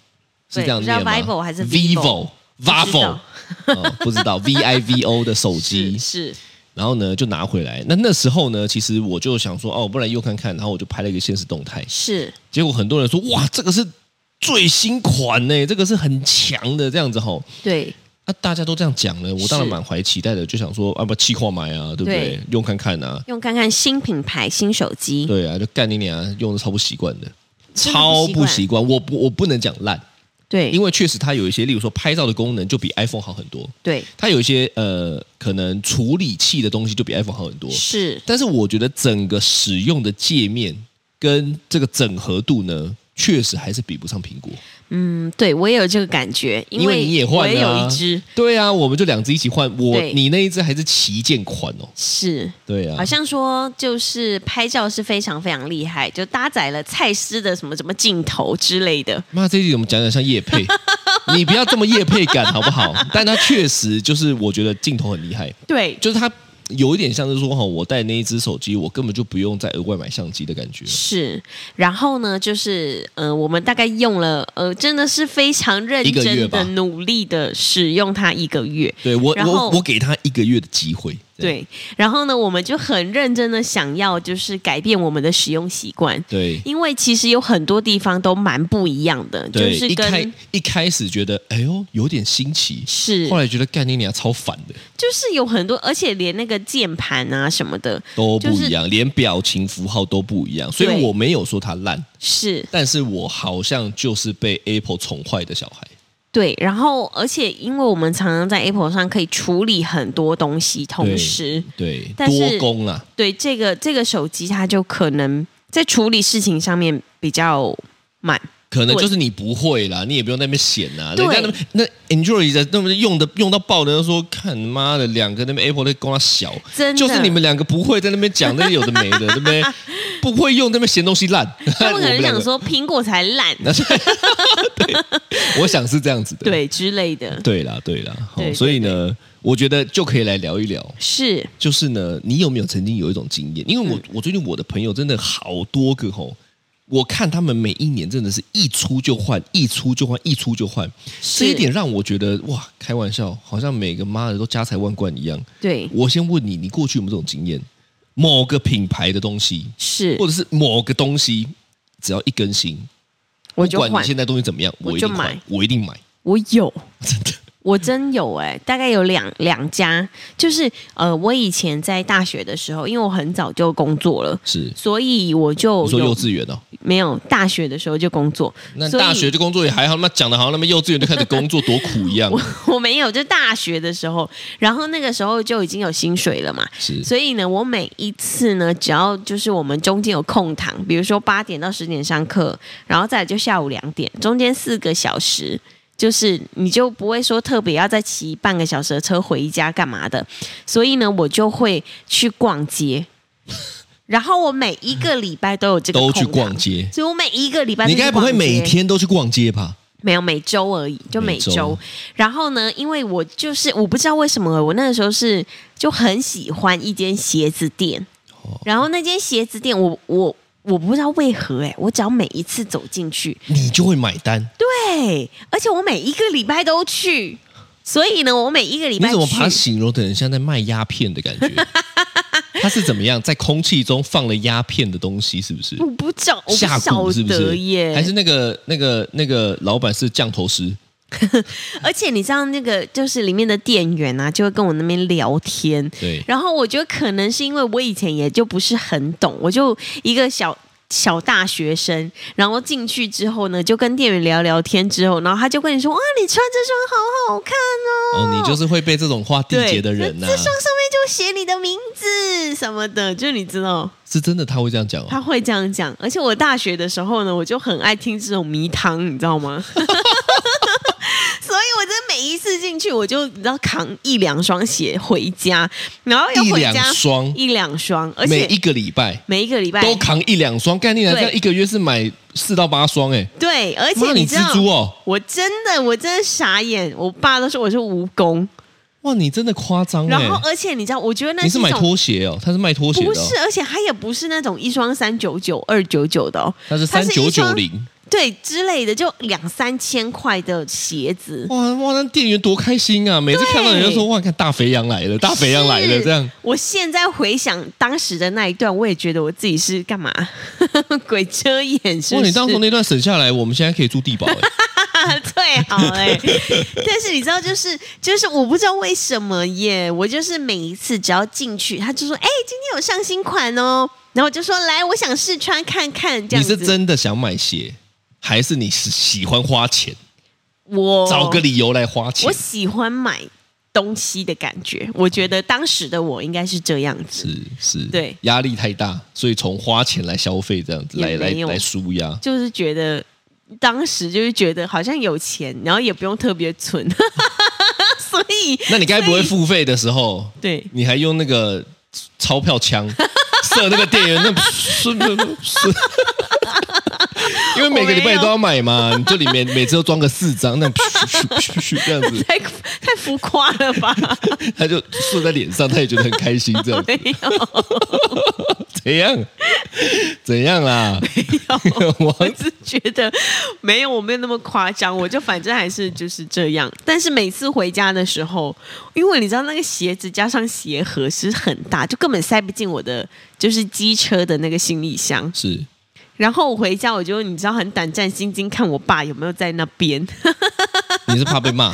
[SPEAKER 3] 是
[SPEAKER 2] 对
[SPEAKER 3] 这样
[SPEAKER 2] 不知道
[SPEAKER 3] 念吗
[SPEAKER 2] Vivo 还是
[SPEAKER 3] Vivo Vivo？哦，不知道 V I V O 的手
[SPEAKER 2] 是
[SPEAKER 3] 机，
[SPEAKER 2] 是
[SPEAKER 3] 然后呢就拿回来。那那时候呢，其实我就想说，哦，不然用看看。然后我就拍了一个现实动态，
[SPEAKER 2] 是，
[SPEAKER 3] 结果很多人说，哇，这个是最新款呢，这个是很强的这样子吼。
[SPEAKER 2] 对
[SPEAKER 3] 那、大家都这样讲了，我当然
[SPEAKER 2] 是
[SPEAKER 3] 满怀期待的，就想说，啊，不，气矿买啊，对不对？
[SPEAKER 2] 对
[SPEAKER 3] 用看看啊，
[SPEAKER 2] 用看看新品牌、新手机，
[SPEAKER 3] 对啊，就干你娘，用的超不习惯的，
[SPEAKER 2] 真的不
[SPEAKER 3] 超
[SPEAKER 2] 习惯
[SPEAKER 3] 不习惯。我不，我不能讲烂，
[SPEAKER 2] 对，
[SPEAKER 3] 因为确实它有一些，例如说拍照的功能就比 iPhone 好很多，
[SPEAKER 2] 对
[SPEAKER 3] 它有一些呃可能处理器的东西就比 iPhone 好很多。
[SPEAKER 2] 是
[SPEAKER 3] 但是我觉得整个使用的界面跟这个整合度呢，确实还是比不上苹果。
[SPEAKER 2] 嗯，对我也有这个感觉，因
[SPEAKER 3] 因为你也换
[SPEAKER 2] 我也
[SPEAKER 3] 了啊
[SPEAKER 2] 有一只
[SPEAKER 3] 对啊，我们就两只一起换，我
[SPEAKER 2] 对
[SPEAKER 3] 你那一只还是旗舰款哦。
[SPEAKER 2] 是。
[SPEAKER 3] 对啊，
[SPEAKER 2] 好像说就是拍照是非常非常厉害，就搭载了蔡司的什么什么镜头之类的。
[SPEAKER 3] 妈，这一集我们讲讲像叶 配，你不要这么叶配感好不好？但它确实就是，我觉得镜头很厉害，
[SPEAKER 2] 对，
[SPEAKER 3] 就是它有一点像是说哈，我带那一只手机，我根本就不用再额外买相机的感觉。
[SPEAKER 2] 是。然后呢，就是呃，我们大概用了呃，真的是非常认
[SPEAKER 3] 一个月
[SPEAKER 2] 真
[SPEAKER 3] 吧
[SPEAKER 2] 的努力的使用它一个月。
[SPEAKER 3] 对我，
[SPEAKER 2] 然后
[SPEAKER 3] 我我给他一个月的机会。这样
[SPEAKER 2] 对，然后呢，我们就很认真的想要就是改变我们的使用习惯，
[SPEAKER 3] 对
[SPEAKER 2] 因为其实有很多地方都蛮不一样的，就
[SPEAKER 3] 对，
[SPEAKER 2] 是
[SPEAKER 3] 一开
[SPEAKER 2] 跟
[SPEAKER 3] 一开始觉得哎呦有点新奇，
[SPEAKER 2] 是
[SPEAKER 3] 后来觉得概念俩超烦的，
[SPEAKER 2] 就是有很多，而且连那个键盘啊什么的，
[SPEAKER 3] 都不
[SPEAKER 2] 就是
[SPEAKER 3] 一样，连表情符号都不一样。虽然
[SPEAKER 2] 对
[SPEAKER 3] 我没有说它烂，
[SPEAKER 2] 是
[SPEAKER 3] 但是我好像就是被 Apple 宠坏的小孩。
[SPEAKER 2] 对，然后而且因为我们常常在 Apple 上可以处理很多东西，同
[SPEAKER 3] 对
[SPEAKER 2] 时
[SPEAKER 3] 对，
[SPEAKER 2] 但是
[SPEAKER 3] 多功啊啦，
[SPEAKER 2] 对这个这个手机它就可能在处理事情上面比较慢，
[SPEAKER 3] 可能
[SPEAKER 2] 对
[SPEAKER 3] 就是你不会啦，你也不用在那边显呐、
[SPEAKER 2] 对
[SPEAKER 3] 人家那那 Enjoy 的那么用的用到爆的，说看妈的两个那边 Apple 在供他小，
[SPEAKER 2] 真的
[SPEAKER 3] 就是你们两个不会在那边讲那些有的 没的，对不对？不会用那边嫌东西烂，
[SPEAKER 2] 他们可
[SPEAKER 3] 我
[SPEAKER 2] 能
[SPEAKER 3] 两
[SPEAKER 2] 想
[SPEAKER 3] 个，
[SPEAKER 2] 说苹果才烂，
[SPEAKER 3] 我想是这样子的，
[SPEAKER 2] 对之类的，
[SPEAKER 3] 对啦对啦，好
[SPEAKER 2] 对对
[SPEAKER 3] 所以呢，我觉得就可以来聊一聊。
[SPEAKER 2] 是
[SPEAKER 3] 就是呢，你有没有曾经有一种经验？因为我、
[SPEAKER 2] 嗯
[SPEAKER 3] 我最近我的朋友真的好多个吼，我看他们每一年真的是一出就换，一出就换，一出就换，这一点让我觉得哇，开玩笑，好像每个妈的都家财万贯一样。
[SPEAKER 2] 对
[SPEAKER 3] 我先问你，你过去有没有这种经验？某个品牌的东西，
[SPEAKER 2] 是
[SPEAKER 3] 或，者是某个东西，只要一更新，
[SPEAKER 2] 我
[SPEAKER 3] 不
[SPEAKER 2] 就
[SPEAKER 3] 管
[SPEAKER 2] 换
[SPEAKER 3] 你，现在东西怎么样，
[SPEAKER 2] 我
[SPEAKER 3] 我一
[SPEAKER 2] 就
[SPEAKER 3] 定换
[SPEAKER 2] 买，
[SPEAKER 3] 我一定买，
[SPEAKER 2] 我有。
[SPEAKER 3] 真 的。
[SPEAKER 2] 我真有哎、大概有两两家，就是呃，我以前在大学的时候，因为我很早就工作了，
[SPEAKER 3] 是
[SPEAKER 2] 所以我就
[SPEAKER 3] 你说
[SPEAKER 2] 有
[SPEAKER 3] 幼稚园哦，
[SPEAKER 2] 没有大学的时候就工作，
[SPEAKER 3] 那
[SPEAKER 2] 所以
[SPEAKER 3] 大学就工作也还好，那讲的好像那么幼稚园就开始工作多苦一样。
[SPEAKER 2] 我没有，就大学的时候，然后那个时候就已经有薪水了嘛，
[SPEAKER 3] 是
[SPEAKER 2] 所以呢，我每一次呢，只要就是我们中间有空堂，比如说八点到十点上课，然后再来就下午两点，中间四个小时，就是你就不会说特别要再骑半个小时的车回家干嘛的，所以呢，我就会去逛街。然后我每一个礼拜都有这个
[SPEAKER 3] 都去
[SPEAKER 2] 空档
[SPEAKER 3] 逛街
[SPEAKER 2] 所以我每一个礼拜都
[SPEAKER 3] 你
[SPEAKER 2] 去
[SPEAKER 3] 该不会
[SPEAKER 2] 逛
[SPEAKER 3] 每
[SPEAKER 2] 街
[SPEAKER 3] 天都去逛街吧？
[SPEAKER 2] 没有每周而已，就每周。
[SPEAKER 3] 每周
[SPEAKER 2] 然后呢，因为我就是我不知道为什么，我那个时候是就很喜欢一间鞋子店，
[SPEAKER 3] 哦
[SPEAKER 2] 然后那间鞋子店我我。我不知道为何哎、我只要每一次走进去，
[SPEAKER 3] 你就会买单。
[SPEAKER 2] 对，而且我每一个礼拜都去，所以呢，我每一个礼
[SPEAKER 3] 你
[SPEAKER 2] 拜
[SPEAKER 3] 怎么把它
[SPEAKER 2] 去，
[SPEAKER 3] 形容的很像在卖鸦片的 感觉？它是怎么样在空气中放了鸦片的东西？是不是？
[SPEAKER 2] 我不知道，我
[SPEAKER 3] 下
[SPEAKER 2] 不
[SPEAKER 3] 蛊
[SPEAKER 2] 晓
[SPEAKER 3] 是不
[SPEAKER 2] 得
[SPEAKER 3] 是？
[SPEAKER 2] 耶。
[SPEAKER 3] 还是那个那个那个老板是降头师？
[SPEAKER 2] 而且你知道那个就是里面的店员啊，就会跟我那边聊天，
[SPEAKER 3] 对，
[SPEAKER 2] 然后我觉得可能是因为我以前也就不是很懂，我就一个小。小大学生，然后进去之后呢，就跟店员聊聊天之后，然后他就跟你说：“哇，你穿这双好好看哦！”
[SPEAKER 3] 哦，你就是会被这种画地
[SPEAKER 2] 对
[SPEAKER 3] 结的人呐、啊
[SPEAKER 2] 这这双上面就写你的名字什么的，就你知道
[SPEAKER 3] 是真的他会这样讲哦。
[SPEAKER 2] 他会这样讲。而且我大学的时候呢，我就很爱听这种迷汤，你知道 吗？所以我真的每一次进去，我就你知道扛一两双鞋回家，然后要
[SPEAKER 3] 一
[SPEAKER 2] 回
[SPEAKER 3] 两
[SPEAKER 2] 家
[SPEAKER 3] 双，
[SPEAKER 2] 一两双，而
[SPEAKER 3] 每
[SPEAKER 2] 且
[SPEAKER 3] 一个礼拜
[SPEAKER 2] 每一个礼拜
[SPEAKER 3] 都扛一两双，概念来
[SPEAKER 2] 对
[SPEAKER 3] 这样一个月是买四到八双、欸，
[SPEAKER 2] 对，而且
[SPEAKER 3] 妈你
[SPEAKER 2] 你知道
[SPEAKER 3] 蜘，蛛哦，
[SPEAKER 2] 我真的我真的傻眼，我爸都说我是蜈蚣，
[SPEAKER 3] 哇，你真的夸张、欸，
[SPEAKER 2] 然后而且你知道，我觉得那
[SPEAKER 3] 你
[SPEAKER 2] 是
[SPEAKER 3] 是
[SPEAKER 2] 一
[SPEAKER 3] 买
[SPEAKER 2] 种
[SPEAKER 3] 拖鞋哦，他是卖拖鞋
[SPEAKER 2] 不
[SPEAKER 3] 的、哦
[SPEAKER 2] 是，，而且它也不是那种一双三九九、二九九的哦，
[SPEAKER 3] 他是
[SPEAKER 2] 它
[SPEAKER 3] 三
[SPEAKER 2] 是
[SPEAKER 3] 九
[SPEAKER 2] 一
[SPEAKER 3] 九
[SPEAKER 2] 双
[SPEAKER 3] 零。
[SPEAKER 2] 对之类的，就两三千块的鞋子。
[SPEAKER 3] 哇哇，那店员多开心啊！每次看到人就说哇，看大肥羊来了，大肥羊来了，
[SPEAKER 2] 是
[SPEAKER 3] 这样。
[SPEAKER 2] 我现在回想当时的那一段，我也觉得我自己是干嘛 鬼遮眼是
[SPEAKER 3] 哇，
[SPEAKER 2] 不是？
[SPEAKER 3] 你当初那段省下来，我们现在可以住地堡、欸，
[SPEAKER 2] 最好哎、 但是你知道，就是就是我不知道为什么耶，我就是每一次只要进去，他就说：“哎、今天有上新款哦。”然后我就说：“来，我想试穿看看。” 这样
[SPEAKER 3] 你
[SPEAKER 2] 子，
[SPEAKER 3] 是真的想买鞋，还是你是喜欢花钱？
[SPEAKER 2] 我
[SPEAKER 3] 找个理由来花钱
[SPEAKER 2] 哦我。喜欢买东西的感觉。我觉得当时的我应该是这样子，
[SPEAKER 3] 是是，
[SPEAKER 2] 对
[SPEAKER 3] 压力太大，所以从花钱来消费，这样子来
[SPEAKER 2] 也
[SPEAKER 3] 来
[SPEAKER 2] 没有
[SPEAKER 3] 来舒压。
[SPEAKER 2] 就是觉得当时就是觉得好像有钱，然后也不用特别存， 所以
[SPEAKER 3] 那你该不会付费的 时候，
[SPEAKER 2] 对
[SPEAKER 3] 你还用那个钞票 枪射那个店员，那是不是？因为每个礼拜都要买嘛，你这里面每次都装个四张，那咻咻咻咻咻这样子，
[SPEAKER 2] 太太浮夸了吧？
[SPEAKER 3] 他就射在脸上，他也觉得很开心， 这样
[SPEAKER 2] 没有。
[SPEAKER 3] 怎样？怎样啦？ 王
[SPEAKER 2] 我只觉得没有，我没有那么夸张，我就反正还是就是这样。但是每次回家的时候，因为你知道那个鞋子加上鞋盒是很大，就根本塞不进我的就是机车的那个行李箱。
[SPEAKER 3] 是
[SPEAKER 2] 然后我回家，我就你知道很胆战心惊，看我爸有没有在那边，
[SPEAKER 3] 你是怕被骂？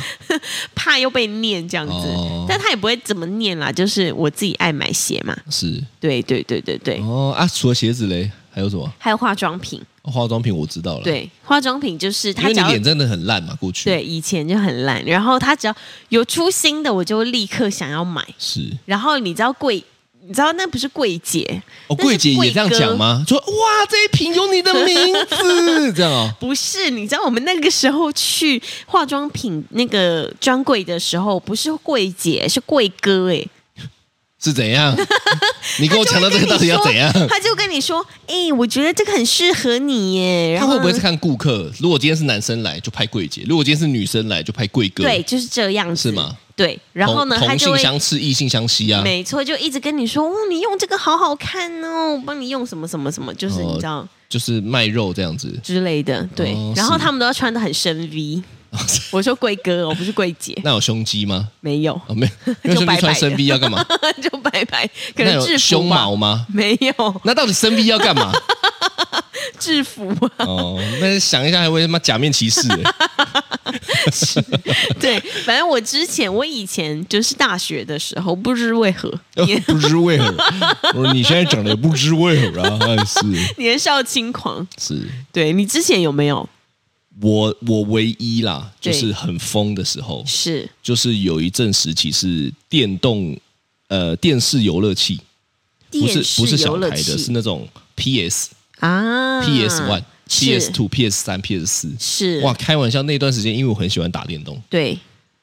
[SPEAKER 2] 怕又被念这样子。
[SPEAKER 3] 哦
[SPEAKER 2] 但他也不会怎么念啦，就是我自己爱买鞋嘛。
[SPEAKER 3] 是
[SPEAKER 2] 对对对对对，
[SPEAKER 3] 哦啊，除了鞋子嘞，还有什么
[SPEAKER 2] 还有化妆品，
[SPEAKER 3] 化妆品？我知道了，，
[SPEAKER 2] 对化妆品就是
[SPEAKER 3] 因
[SPEAKER 2] 他只
[SPEAKER 3] 为你
[SPEAKER 2] 要
[SPEAKER 3] 脸真的很烂嘛，过去
[SPEAKER 2] 对，以前就很烂，然后他只要有出新的，我就立刻想要买。
[SPEAKER 3] 是
[SPEAKER 2] 然后你知道柜你知道那不是柜姐，
[SPEAKER 3] 哦，
[SPEAKER 2] 那是
[SPEAKER 3] 柜姐也这样
[SPEAKER 2] 贵哥
[SPEAKER 3] 讲？吗？说哇，这一瓶有你的名字，这样哦。
[SPEAKER 2] 不是，你知道我们那个时候去化妆品那个专柜的时候，不是柜姐，是柜哥哎、
[SPEAKER 3] 是怎样？你跟我强调这个到底要怎样？
[SPEAKER 2] 他就跟你说，哎、我觉得这个很适合你耶。然
[SPEAKER 3] 他
[SPEAKER 2] 后
[SPEAKER 3] 会不会是看顾客？如果今天是男生来，就拍柜姐；如果今天是女生来，就拍柜哥。
[SPEAKER 2] 对，，就是这样子
[SPEAKER 3] 是吗？
[SPEAKER 2] 对，然后呢，
[SPEAKER 3] 同
[SPEAKER 2] 他
[SPEAKER 3] 同
[SPEAKER 2] 就
[SPEAKER 3] 性
[SPEAKER 2] 会。
[SPEAKER 3] 相斥，异性相吸啊。
[SPEAKER 2] 没错，就一直跟你说，哦，你用这个好好看哦，我帮你用什么什么什么，就是
[SPEAKER 3] 哦
[SPEAKER 2] 你知道、
[SPEAKER 3] 就是卖肉这样子。
[SPEAKER 2] 之类的，对。
[SPEAKER 3] 哦
[SPEAKER 2] 然后
[SPEAKER 3] 是哦
[SPEAKER 2] 他们都要穿的很深 V，我说贵哥哦，不是贵姐，
[SPEAKER 3] 那有胸肌吗？
[SPEAKER 2] 没有，
[SPEAKER 3] 哦，没有，没有
[SPEAKER 2] 就
[SPEAKER 3] 胸
[SPEAKER 2] 白
[SPEAKER 3] 肌
[SPEAKER 2] 白
[SPEAKER 3] 穿
[SPEAKER 2] 的
[SPEAKER 3] 深 V 要干嘛？
[SPEAKER 2] 就拜拜， 可
[SPEAKER 3] 那
[SPEAKER 2] 能制
[SPEAKER 3] 有
[SPEAKER 2] 服
[SPEAKER 3] 胸
[SPEAKER 2] 吧
[SPEAKER 3] 毛吗？
[SPEAKER 2] 没有
[SPEAKER 3] 那到底深 V 要干嘛？
[SPEAKER 2] 制服啊，
[SPEAKER 3] 哦，那想一下还会他妈假面骑士、欸？
[SPEAKER 2] 对，反正我之前我以前就是大学的时候，不知为何
[SPEAKER 3] 哦不 知为何，我说你现在长得也不知为何啊，哎是
[SPEAKER 2] 年少轻狂。
[SPEAKER 3] 是，
[SPEAKER 2] 对你之前有没有？
[SPEAKER 3] 我我唯一啦，就
[SPEAKER 2] 对
[SPEAKER 3] 是很疯的时候，
[SPEAKER 2] 是
[SPEAKER 3] 就是有一阵时期是电动呃电视游乐器，不是
[SPEAKER 2] 电视
[SPEAKER 3] 不是
[SPEAKER 2] 游
[SPEAKER 3] 小
[SPEAKER 2] 乐
[SPEAKER 3] 台的，
[SPEAKER 2] 器
[SPEAKER 3] 是那种 PS
[SPEAKER 2] 啊
[SPEAKER 3] PS One、
[SPEAKER 2] 是
[SPEAKER 3] PS Two、PS 三、PS 四。
[SPEAKER 2] 是
[SPEAKER 3] 哇，开玩笑！那段时间，因为我很喜欢打电动，
[SPEAKER 2] 对，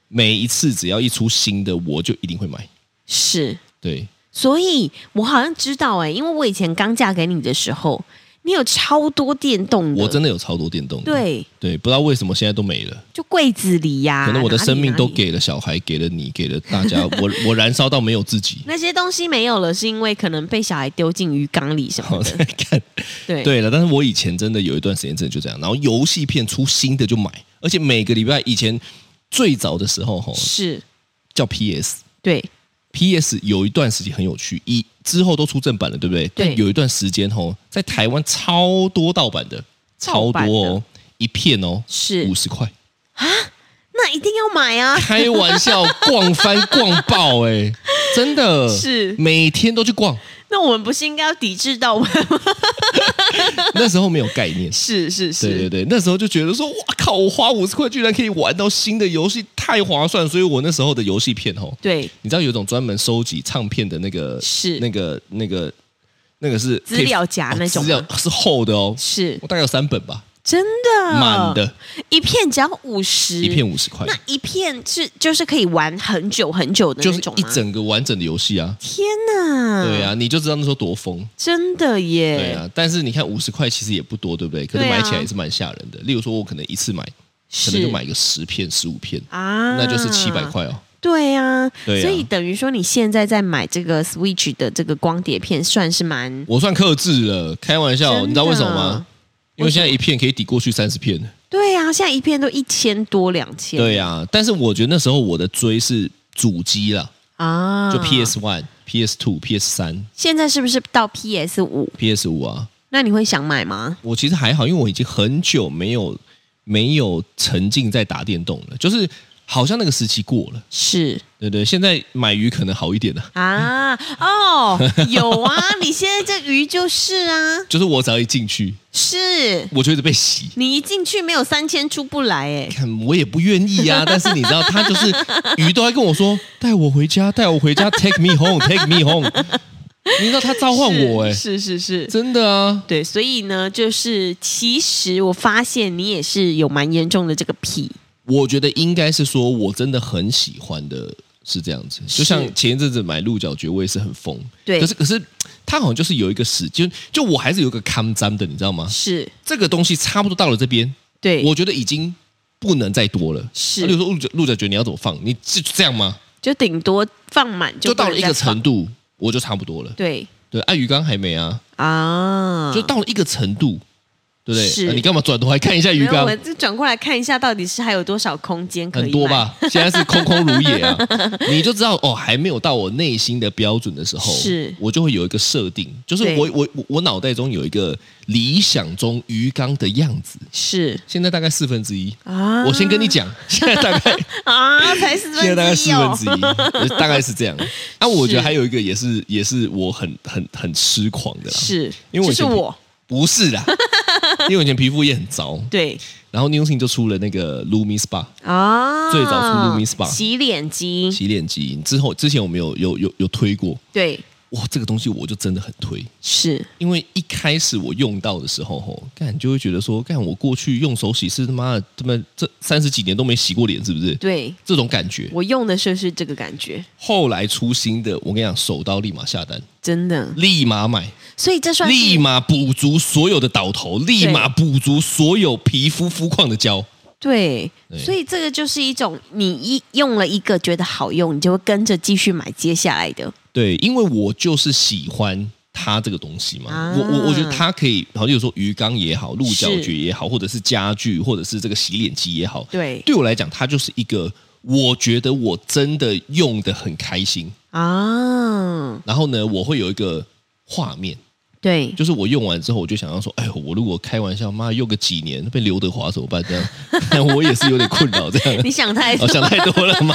[SPEAKER 3] 每一次只要一出新的，我就一定会买。
[SPEAKER 2] 是。
[SPEAKER 3] 对，
[SPEAKER 2] 所以我好像知道哎、因为我以前刚嫁给你的时候，你有超多电动的，
[SPEAKER 3] 我真的有超多电动的。
[SPEAKER 2] 对，
[SPEAKER 3] 对，不知道为什么现在都没了，
[SPEAKER 2] 就柜子里呀、
[SPEAKER 3] 可能我的
[SPEAKER 2] 哪里
[SPEAKER 3] 生命都
[SPEAKER 2] 哪里
[SPEAKER 3] 给了小孩，给了你，给了大家，我 我燃烧到没有自己。
[SPEAKER 2] 那些东西没有了，是因为可能被小孩丢进鱼缸里什么
[SPEAKER 3] 好，
[SPEAKER 2] 的
[SPEAKER 3] 再。 看。
[SPEAKER 2] 对
[SPEAKER 3] 对了，但是我以前真的有一段时间真的就这样，然后游戏片出新的就买，而且每个礼拜以前最早的时候吼
[SPEAKER 2] 是，
[SPEAKER 3] 叫 PS。
[SPEAKER 2] 对
[SPEAKER 3] P.S. 有一段时间很有趣，一之后都出正版了，对不对？
[SPEAKER 2] 对
[SPEAKER 3] 但有一段时间吼，在台湾超多盗版的，超
[SPEAKER 2] 盗版的
[SPEAKER 3] 多哦，一片哦，
[SPEAKER 2] 是
[SPEAKER 3] 五十块，
[SPEAKER 2] 那一定要买 啊！
[SPEAKER 3] 开玩笑，逛翻逛爆哎、真的
[SPEAKER 2] 是
[SPEAKER 3] 每天都去逛，
[SPEAKER 2] 那我们不是应该要抵制盗版吗？。
[SPEAKER 3] 那时候没有概念
[SPEAKER 2] 是是是，
[SPEAKER 3] 对对对，那时候就觉得说，哇靠！我花五十块居然可以玩到新的游戏，太划算。所以我那时候的游戏片吼，
[SPEAKER 2] 对
[SPEAKER 3] 你知道有一种专门收集唱片的那个
[SPEAKER 2] 是
[SPEAKER 3] 那个那个那个是
[SPEAKER 2] 资料夹那种吗啊
[SPEAKER 3] 哦资料是厚的哦，
[SPEAKER 2] 是哦
[SPEAKER 3] 我大概有三本吧，
[SPEAKER 2] 真的
[SPEAKER 3] 满的，
[SPEAKER 2] 一片只要五十，
[SPEAKER 3] 一片五十块
[SPEAKER 2] 那，一片是就是可以玩很久很久的
[SPEAKER 3] 就
[SPEAKER 2] 那
[SPEAKER 3] 是
[SPEAKER 2] 种吗？嗯
[SPEAKER 3] 一整个完整的游戏啊。
[SPEAKER 2] 天哪！
[SPEAKER 3] 对，啊，你就知道那时候多疯。
[SPEAKER 2] 真的耶！
[SPEAKER 3] 对啊，但是你看五十块其实也不多，对不对？可是
[SPEAKER 2] 对啊
[SPEAKER 3] 买起来也是蛮吓人的。例如说，我可能一次买，可
[SPEAKER 2] 是
[SPEAKER 3] 能就买个十片、十五片，
[SPEAKER 2] 啊，
[SPEAKER 3] 那就是七百。块哦。
[SPEAKER 2] 对啊，
[SPEAKER 3] 对啊
[SPEAKER 2] 所以等于说你现在在买这个 Switch 的这个光碟片，算是蛮
[SPEAKER 3] 我算克制了，开玩
[SPEAKER 2] 真
[SPEAKER 3] 笑，
[SPEAKER 2] 的
[SPEAKER 3] 你知道为什么吗？因为现在一片可以抵过去三十片。
[SPEAKER 2] 对啊，现在一片都一千多两千。
[SPEAKER 3] 对啊，但是我觉得那时候我的追是主机啦，
[SPEAKER 2] 啊，
[SPEAKER 3] 就 PS One、PS Two、PS 三、
[SPEAKER 2] 现在是不是到 PS 五？
[SPEAKER 3] PS 五啊。
[SPEAKER 2] 那你会想买吗？
[SPEAKER 3] 我其实还好，因为我已经很久没有没有沉浸在打电动了，就是好像那个时期过了，
[SPEAKER 2] 是
[SPEAKER 3] 对不对？现在买鱼可能好一点了、
[SPEAKER 2] 啊，哦，有啊，你现在这鱼就是啊，
[SPEAKER 3] 就是我只要一进去，
[SPEAKER 2] 是
[SPEAKER 3] 我就一直被洗。
[SPEAKER 2] 你一进去没有三千出不来哎、
[SPEAKER 3] 看我也不愿意 啊，但是你知道，他就是鱼都在跟我说带我回家，带我回家，take me home，take me home。你知道他召唤我哎、
[SPEAKER 2] 是是是是，
[SPEAKER 3] 真的啊，
[SPEAKER 2] 对，所以呢，就是其实我发现你也是有蛮严重的这个癖，
[SPEAKER 3] 我觉得应该是说我真的很喜欢的是这样子，就像前一阵子买鹿角蕨，我也是很疯，
[SPEAKER 2] 对
[SPEAKER 3] 可是可是它好像就是有一个时，就就我还是有一个康粘的，你知道吗？
[SPEAKER 2] 是
[SPEAKER 3] 这个东西差不多到了这边，
[SPEAKER 2] 对，
[SPEAKER 3] 我觉得已经不能再多了。
[SPEAKER 2] 是
[SPEAKER 3] 例如说鹿角鹿角蕨，你要怎么放？你是这样吗？
[SPEAKER 2] 就顶多放满
[SPEAKER 3] 就
[SPEAKER 2] 不
[SPEAKER 3] 到
[SPEAKER 2] 能
[SPEAKER 3] 了一
[SPEAKER 2] 再
[SPEAKER 3] 个
[SPEAKER 2] 放
[SPEAKER 3] 程，度，我就差不多了。
[SPEAKER 2] 对
[SPEAKER 3] 对，爱鱼缸还没啊，
[SPEAKER 2] 啊，
[SPEAKER 3] 就到了一个程度，对不
[SPEAKER 2] 是
[SPEAKER 3] 对？啊你干嘛转头还看一下
[SPEAKER 2] 没
[SPEAKER 3] 鱼
[SPEAKER 2] 有
[SPEAKER 3] 缸
[SPEAKER 2] 我？就转过来看一下，到底是还有多少空间可以
[SPEAKER 3] 很多
[SPEAKER 2] 买？
[SPEAKER 3] 吧， 现在是空空如也啊，你就知道哦，还没有到我内心的标准的时候，
[SPEAKER 2] 是
[SPEAKER 3] 我就会有一个设定，就是
[SPEAKER 2] 对
[SPEAKER 3] 我我我我脑袋中有一个理想中鱼缸的样子，
[SPEAKER 2] 是
[SPEAKER 3] 现在大概四分之一。
[SPEAKER 2] 啊，
[SPEAKER 3] 我先跟你 讲，现在大概
[SPEAKER 2] 啊，才四分之一、哦，
[SPEAKER 3] 现在大概四分之一，大概是 这样。啊，我觉得还有一个也是也是我很很很痴狂的啦，
[SPEAKER 2] 是，
[SPEAKER 3] 因为我
[SPEAKER 2] 就
[SPEAKER 3] 以
[SPEAKER 2] 是
[SPEAKER 3] 前
[SPEAKER 2] 我
[SPEAKER 3] 不是啦，因为我以前皮肤也很糟，
[SPEAKER 2] 对
[SPEAKER 3] 然后 Newsin 就出了那个 Lumi Spa，
[SPEAKER 2] 啊，
[SPEAKER 3] 最早出 Lumispa
[SPEAKER 2] 洗脸机，
[SPEAKER 3] 洗脸机之后，之前我们有有有有推过，
[SPEAKER 2] 对
[SPEAKER 3] 哇，这个东西我就真的很推，
[SPEAKER 2] 是
[SPEAKER 3] 因为一开始我用到的时候，吼，干就会觉得说，干我过去用手洗是他妈的，他妈这三十几年都没洗过脸，是不是？
[SPEAKER 2] 对
[SPEAKER 3] 这种感觉。
[SPEAKER 2] 我用的就是这个感觉，
[SPEAKER 3] 后来出新的，我跟你讲，手刀立马下单，
[SPEAKER 2] 真的。
[SPEAKER 3] 立马买，
[SPEAKER 2] 所以这算是
[SPEAKER 3] 立马补足所有的倒头，立马补足所有皮肤肤况的胶。
[SPEAKER 2] 对，
[SPEAKER 3] 对
[SPEAKER 2] 所以这个就是一种你一用了一个觉得好用，你就会跟着继续买接下来的。
[SPEAKER 3] 对，因为我就是喜欢它这个东西嘛，
[SPEAKER 2] 啊
[SPEAKER 3] 我我我觉得它可以，好，例如说鱼缸也好，鹿角
[SPEAKER 2] 是
[SPEAKER 3] 蕨也好，或者是家具，或者是这个洗脸机也好，
[SPEAKER 2] 对
[SPEAKER 3] 对我来讲，它就是一个我觉得我真的用的很开心，
[SPEAKER 2] 啊，
[SPEAKER 3] 然后呢，我会有一个画面，
[SPEAKER 2] 对，
[SPEAKER 3] 就是我用完之后，我就想要说，哎呦，我如果开玩笑，妈用个几年被刘德华怎么办？这样， 但我也是有点困扰，这样
[SPEAKER 2] 你，想太
[SPEAKER 3] 哦，
[SPEAKER 2] 多，
[SPEAKER 3] 想太多了 吗？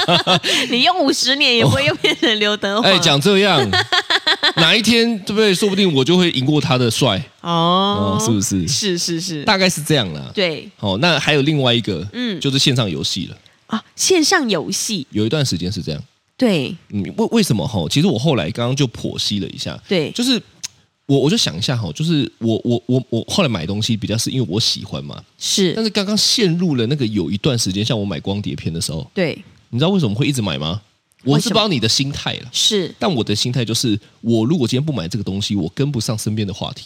[SPEAKER 2] 你用五十年也不会又变成刘德华。
[SPEAKER 3] 哎，讲这样， 哪一天对不对？说不定我就会赢过他的帅。
[SPEAKER 2] 哦
[SPEAKER 3] 哦，是不是？
[SPEAKER 2] 是是是，
[SPEAKER 3] 大概是这样啦。，
[SPEAKER 2] 对
[SPEAKER 3] 好、那还有另外一个，
[SPEAKER 2] 嗯
[SPEAKER 3] 嗯，就是线上游戏了。
[SPEAKER 2] 啊，线上游戏，
[SPEAKER 3] 有一段时间是这样，
[SPEAKER 2] 对
[SPEAKER 3] 嗯，为为什么哈？其实我后来刚刚就剖析了一下，
[SPEAKER 2] 对
[SPEAKER 3] 就是我我就想一下哈，就是我我我我后来买东西比较是因为我喜欢嘛，但
[SPEAKER 2] 是，
[SPEAKER 3] 是刚刚陷入了那个有一段时间，像我买光碟片的时候，
[SPEAKER 2] 对
[SPEAKER 3] 你知道为什么会一直买吗？我
[SPEAKER 2] 为
[SPEAKER 3] 是
[SPEAKER 2] 什么
[SPEAKER 3] 不知道你的心态了，
[SPEAKER 2] 是
[SPEAKER 3] 但我的心态就是，我如果今天不买这个东西，我跟不上身边的话题。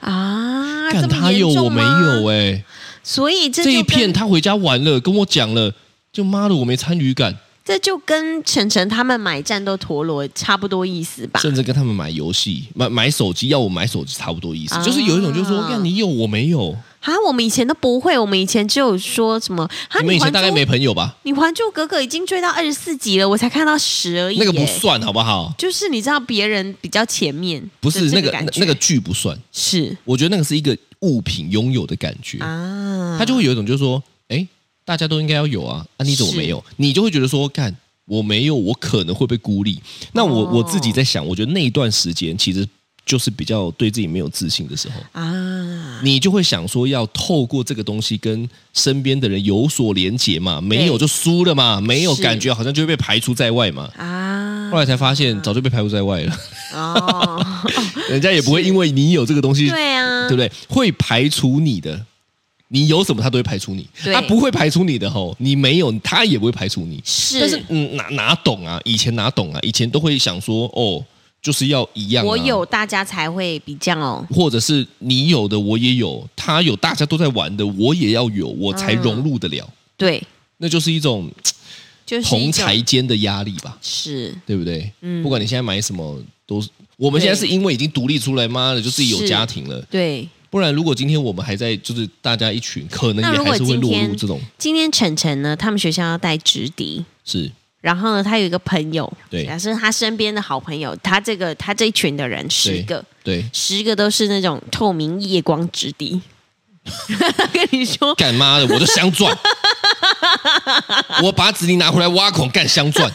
[SPEAKER 2] 啊，
[SPEAKER 3] 干
[SPEAKER 2] 这么
[SPEAKER 3] 他
[SPEAKER 2] 严
[SPEAKER 3] 有
[SPEAKER 2] 重
[SPEAKER 3] 我没
[SPEAKER 2] 吗
[SPEAKER 3] 有哎、
[SPEAKER 2] 所以这
[SPEAKER 3] 这
[SPEAKER 2] 就
[SPEAKER 3] 一片
[SPEAKER 2] 跟
[SPEAKER 3] 他回家玩了，跟我讲了，就妈的我没参与感，
[SPEAKER 2] 这就跟晨晨他们买战斗陀螺差不多意思吧？
[SPEAKER 3] 甚至跟他们买游戏、买买手机，要我买手机差不多意思，
[SPEAKER 2] 啊
[SPEAKER 3] 就是有一种就是说，看你有我没有，
[SPEAKER 2] 啊，我们以前都不会，我们以前只有说什么啊，
[SPEAKER 3] 你们以前大概
[SPEAKER 2] 还珠
[SPEAKER 3] 没朋友吧？
[SPEAKER 2] 你《还珠格格》已经追到二十四集了，我才看到十而已。
[SPEAKER 3] 那个不
[SPEAKER 2] 耶
[SPEAKER 3] 算好不好？
[SPEAKER 2] 就是你知道别人比较前面，
[SPEAKER 3] 不是
[SPEAKER 2] 这
[SPEAKER 3] 那个
[SPEAKER 2] 感
[SPEAKER 3] 那
[SPEAKER 2] 觉
[SPEAKER 3] 那个剧不算，
[SPEAKER 2] 是
[SPEAKER 3] 我觉得那个是一个物品拥有的感觉，
[SPEAKER 2] 啊，
[SPEAKER 3] 他就会有一种就是说，哎，大家都应该要有啊，啊你怎么
[SPEAKER 2] 是
[SPEAKER 3] 没有？你就会觉得说，干我没有，我可能会被孤立。那我、
[SPEAKER 2] 哦
[SPEAKER 3] 我自己在想，我觉得那一段时间其实就是比较对自己没有自信的时候。
[SPEAKER 2] 啊，
[SPEAKER 3] 你就会想说要透过这个东西跟身边的人有所连结嘛，没有就输了嘛，没有
[SPEAKER 2] 是
[SPEAKER 3] 感觉好像就会被排除在外嘛。
[SPEAKER 2] 啊，
[SPEAKER 3] 后来才发现，早就被排除在外 了，
[SPEAKER 2] 哦，
[SPEAKER 3] 人家也不会因为你有这个东西，
[SPEAKER 2] 对啊，
[SPEAKER 3] 对不对？会排除你的，你有什么他都会排除你，
[SPEAKER 2] 对
[SPEAKER 3] 他不会排除你的吼，你没有他也不会排除你。
[SPEAKER 2] 是，
[SPEAKER 3] 但是嗯，哪哪懂啊？以前哪懂啊？以前都会想说哦，就是要一样、啊，
[SPEAKER 2] 我有，大家才会比较
[SPEAKER 3] 或者是你有的我也有，他有大家都在玩的，我也要有，我才融入得
[SPEAKER 2] 嗯
[SPEAKER 3] 了。
[SPEAKER 2] 对，
[SPEAKER 3] 那就是一种
[SPEAKER 2] 就是一
[SPEAKER 3] 同
[SPEAKER 2] 种
[SPEAKER 3] 才间的压力吧，
[SPEAKER 2] 是
[SPEAKER 3] 对不对？
[SPEAKER 2] 嗯
[SPEAKER 3] 不管你现在买什么，都是我们现在是因为已经独立出来，妈的，就自己有
[SPEAKER 2] 是
[SPEAKER 3] 家庭了。
[SPEAKER 2] 对。
[SPEAKER 3] 不然，如果今天我们还在，就是大家一群，可能
[SPEAKER 2] 那
[SPEAKER 3] 也
[SPEAKER 2] 如
[SPEAKER 3] 还
[SPEAKER 2] 果
[SPEAKER 3] 是会
[SPEAKER 2] 今
[SPEAKER 3] 落入
[SPEAKER 2] 天
[SPEAKER 3] 这种
[SPEAKER 2] 今天晨晨呢，他们学校要带直笛，
[SPEAKER 3] 是
[SPEAKER 2] 然后呢，他有一个朋友，
[SPEAKER 3] 对
[SPEAKER 2] 假设他身边的好朋友，他这个他这一群的人十个，
[SPEAKER 3] 对
[SPEAKER 2] 十个都是那种透明夜光直笛。 跟你说，
[SPEAKER 3] 干妈的，我就镶钻， 我把纸巾拿回来挖孔干镶钻，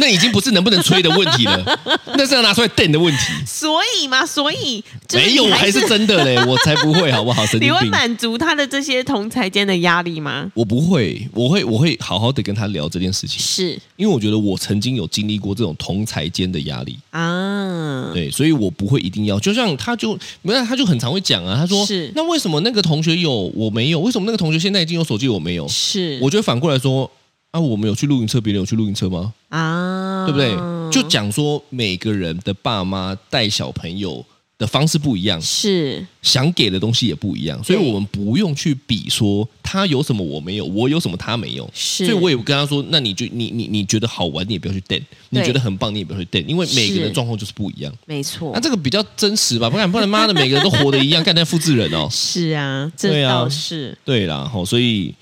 [SPEAKER 3] 那已经不是能不能吹的问题了，那是要拿出来瞪的问题。
[SPEAKER 2] 所以嘛，所以就是
[SPEAKER 3] 没有，
[SPEAKER 2] 你
[SPEAKER 3] 我还
[SPEAKER 2] 还
[SPEAKER 3] 是真的 嘞，我才不会好不好？神
[SPEAKER 2] 你
[SPEAKER 3] 经
[SPEAKER 2] 会
[SPEAKER 3] 病。
[SPEAKER 2] 满足他的这些同才间的压力吗？
[SPEAKER 3] 我不会，我会，我会好好的跟他聊这件事情。
[SPEAKER 2] 是
[SPEAKER 3] 因为我觉得我曾经有经历过这种同才间的压力，
[SPEAKER 2] 啊，
[SPEAKER 3] 对，所以我不会一定要。就像他就没有，他就很常会讲啊，他说
[SPEAKER 2] 是
[SPEAKER 3] 那为什么那个同学有我没有？为什么那个同学现在已经有手机我没有？
[SPEAKER 2] 是
[SPEAKER 3] 我就会反过来说啊，我们有去露营车，别人有去露营车吗？
[SPEAKER 2] 啊，
[SPEAKER 3] 对不对？就讲说每个人的爸妈带小朋友的方式不一样，
[SPEAKER 2] 是
[SPEAKER 3] 想给的东西也不一样，所以
[SPEAKER 2] 对
[SPEAKER 3] 我们不用去比说他有什么我没有，我有什么他没有。
[SPEAKER 2] 是，
[SPEAKER 3] 所以我也跟他说，那你就你你你觉得好玩，你也不要去瞪；你
[SPEAKER 2] 对
[SPEAKER 3] 觉得很棒，你也不要去瞪，因为每个人
[SPEAKER 2] 是
[SPEAKER 3] 的状况就是不一样。
[SPEAKER 2] 没错，
[SPEAKER 3] 那这个比较真实吧，不然不然妈的每个人都活得一样，干那复制人哦。
[SPEAKER 2] 是啊，
[SPEAKER 3] 对
[SPEAKER 2] 这
[SPEAKER 3] 啊
[SPEAKER 2] 倒是、
[SPEAKER 3] 对啦，好，所以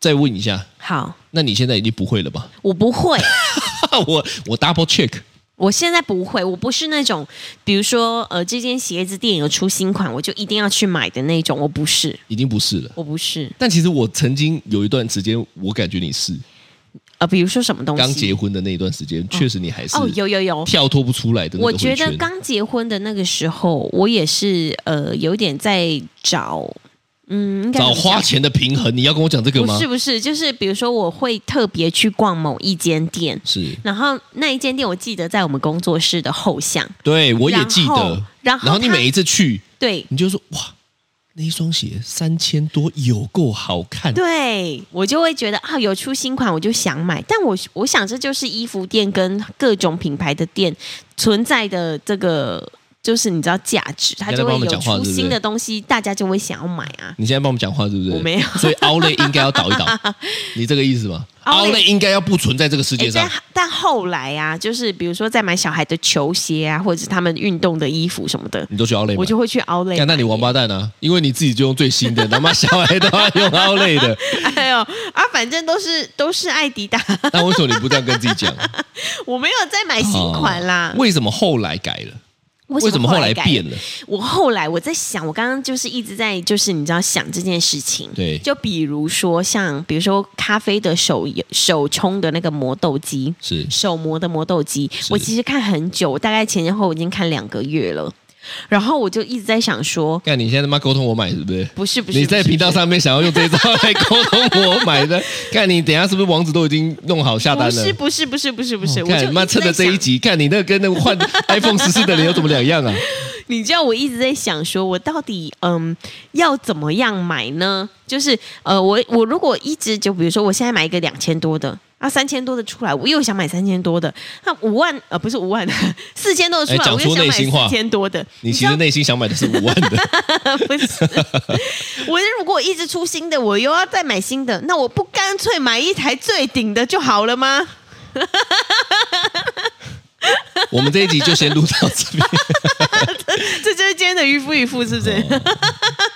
[SPEAKER 3] 再问一下，
[SPEAKER 2] 好。
[SPEAKER 3] 那你现在已经不会了吧？
[SPEAKER 2] 我不会，
[SPEAKER 3] 我我 double check，
[SPEAKER 2] 我现在不会，我不是那种，比如说，呃，这间鞋子店有出新款，我就一定要去买的那种，我不是，
[SPEAKER 3] 已经不是了。
[SPEAKER 2] 我不是，
[SPEAKER 3] 但其实我曾经有一段时间，我感觉你是
[SPEAKER 2] 呃，比如说什么东西，
[SPEAKER 3] 刚结婚的那一段时间，确实你还是
[SPEAKER 2] 哦，有有有，
[SPEAKER 3] 跳脱不出来的那个
[SPEAKER 2] 我
[SPEAKER 3] 回圈。
[SPEAKER 2] 觉得刚结婚的那个时候，我也是，呃，有点在找嗯，应该
[SPEAKER 3] 找
[SPEAKER 2] 怎么讲
[SPEAKER 3] 花钱的平衡。你要跟我讲这个
[SPEAKER 2] 不
[SPEAKER 3] 吗
[SPEAKER 2] 是？不是，就是比如说我会特别去逛某一间店，
[SPEAKER 3] 是，
[SPEAKER 2] 然后那一间店我记得在我们工作室的后巷，
[SPEAKER 3] 对我也记
[SPEAKER 2] 然后
[SPEAKER 3] 得。
[SPEAKER 2] 然后
[SPEAKER 3] 你
[SPEAKER 2] 它
[SPEAKER 3] 每一次去，
[SPEAKER 2] 对
[SPEAKER 3] 你就说哇，那一双鞋三千多，有够好看。
[SPEAKER 2] 对，我就会觉得啊，有出新款我就想买，但我我想这就是衣服店跟各种品牌的店存在的这个。就是你知道价值，它就
[SPEAKER 3] 在帮
[SPEAKER 2] 会
[SPEAKER 3] 我们
[SPEAKER 2] 有
[SPEAKER 3] 讲话
[SPEAKER 2] 出
[SPEAKER 3] 对不
[SPEAKER 2] 新的
[SPEAKER 3] 对
[SPEAKER 2] 东西，大家就会想要买啊。
[SPEAKER 3] 你现在帮我们讲话是不是？
[SPEAKER 2] 我没有
[SPEAKER 3] 所以 Outlet 应该要倒一倒， 你这个意思吗
[SPEAKER 2] Outlet 哎
[SPEAKER 3] ？Outlet 应该要不存在这个世
[SPEAKER 2] 诶
[SPEAKER 3] 界上
[SPEAKER 2] 但。但后来啊，就是比如说在买小孩的球鞋啊，或者是他们运动的衣服什么的，
[SPEAKER 3] 你都去 Outlet
[SPEAKER 2] 我
[SPEAKER 3] 买
[SPEAKER 2] 就会去 Outlet
[SPEAKER 3] 干。那你王八蛋啊！因为你自己就用最新 的，他妈小孩都要用 Outlet 的，
[SPEAKER 2] 哎呦啊，反正都是都是艾迪达，
[SPEAKER 3] 那为什么你不这样跟自己讲？
[SPEAKER 2] 我没有在买哎新款啦。
[SPEAKER 3] 为什么后来改了？哦为什么后来
[SPEAKER 2] 改
[SPEAKER 3] 变？了？
[SPEAKER 2] 我后来我在想，我刚刚就是一直在就是你知道想这件事情。
[SPEAKER 3] 对
[SPEAKER 2] 就比如说像比如说咖啡的手手冲的那个磨豆机，
[SPEAKER 3] 是
[SPEAKER 2] 手磨的磨豆机，我其实看很久，我大概前前后后已经看两个月了。然后我就一直在想说，
[SPEAKER 3] 看你现在他妈沟通我买是不是？
[SPEAKER 2] 不是不是，
[SPEAKER 3] 你在
[SPEAKER 2] 不是
[SPEAKER 3] 频道。上面想要用这招 来沟通我买的，看你等一下是不是网址都已经弄好下单
[SPEAKER 2] 不
[SPEAKER 3] 了？
[SPEAKER 2] 是不是不是不是不是，我
[SPEAKER 3] 看
[SPEAKER 2] 就
[SPEAKER 3] 妈
[SPEAKER 2] 一直
[SPEAKER 3] 趁着
[SPEAKER 2] 在
[SPEAKER 3] 这一
[SPEAKER 2] 想
[SPEAKER 3] 集，看你那个跟那个换 iPhone 十四的人有怎么两样 啊？
[SPEAKER 2] 你知道我一直在想说，我到底嗯要怎么样买呢？就是呃，我我如果一直就比如说，我现在买一个两千多的。啊，三千多的出来，我又想买三千多的。那五万呃，不是五万， 四千多的出
[SPEAKER 3] 哎
[SPEAKER 2] 来，
[SPEAKER 3] 讲
[SPEAKER 2] 我又
[SPEAKER 3] 出
[SPEAKER 2] 想
[SPEAKER 3] 内
[SPEAKER 2] 买
[SPEAKER 3] 心话
[SPEAKER 2] 四千多的。
[SPEAKER 3] 你
[SPEAKER 2] 知
[SPEAKER 3] 其
[SPEAKER 2] 道
[SPEAKER 3] 实内心想买的是五万的，
[SPEAKER 2] 不是，我如果一直出新的，我又要再买新的，那我不干脆买一台最顶的就好了吗？
[SPEAKER 3] 我们这一集就先录到这边。
[SPEAKER 2] 这就是今天的渔夫渔夫，是不是？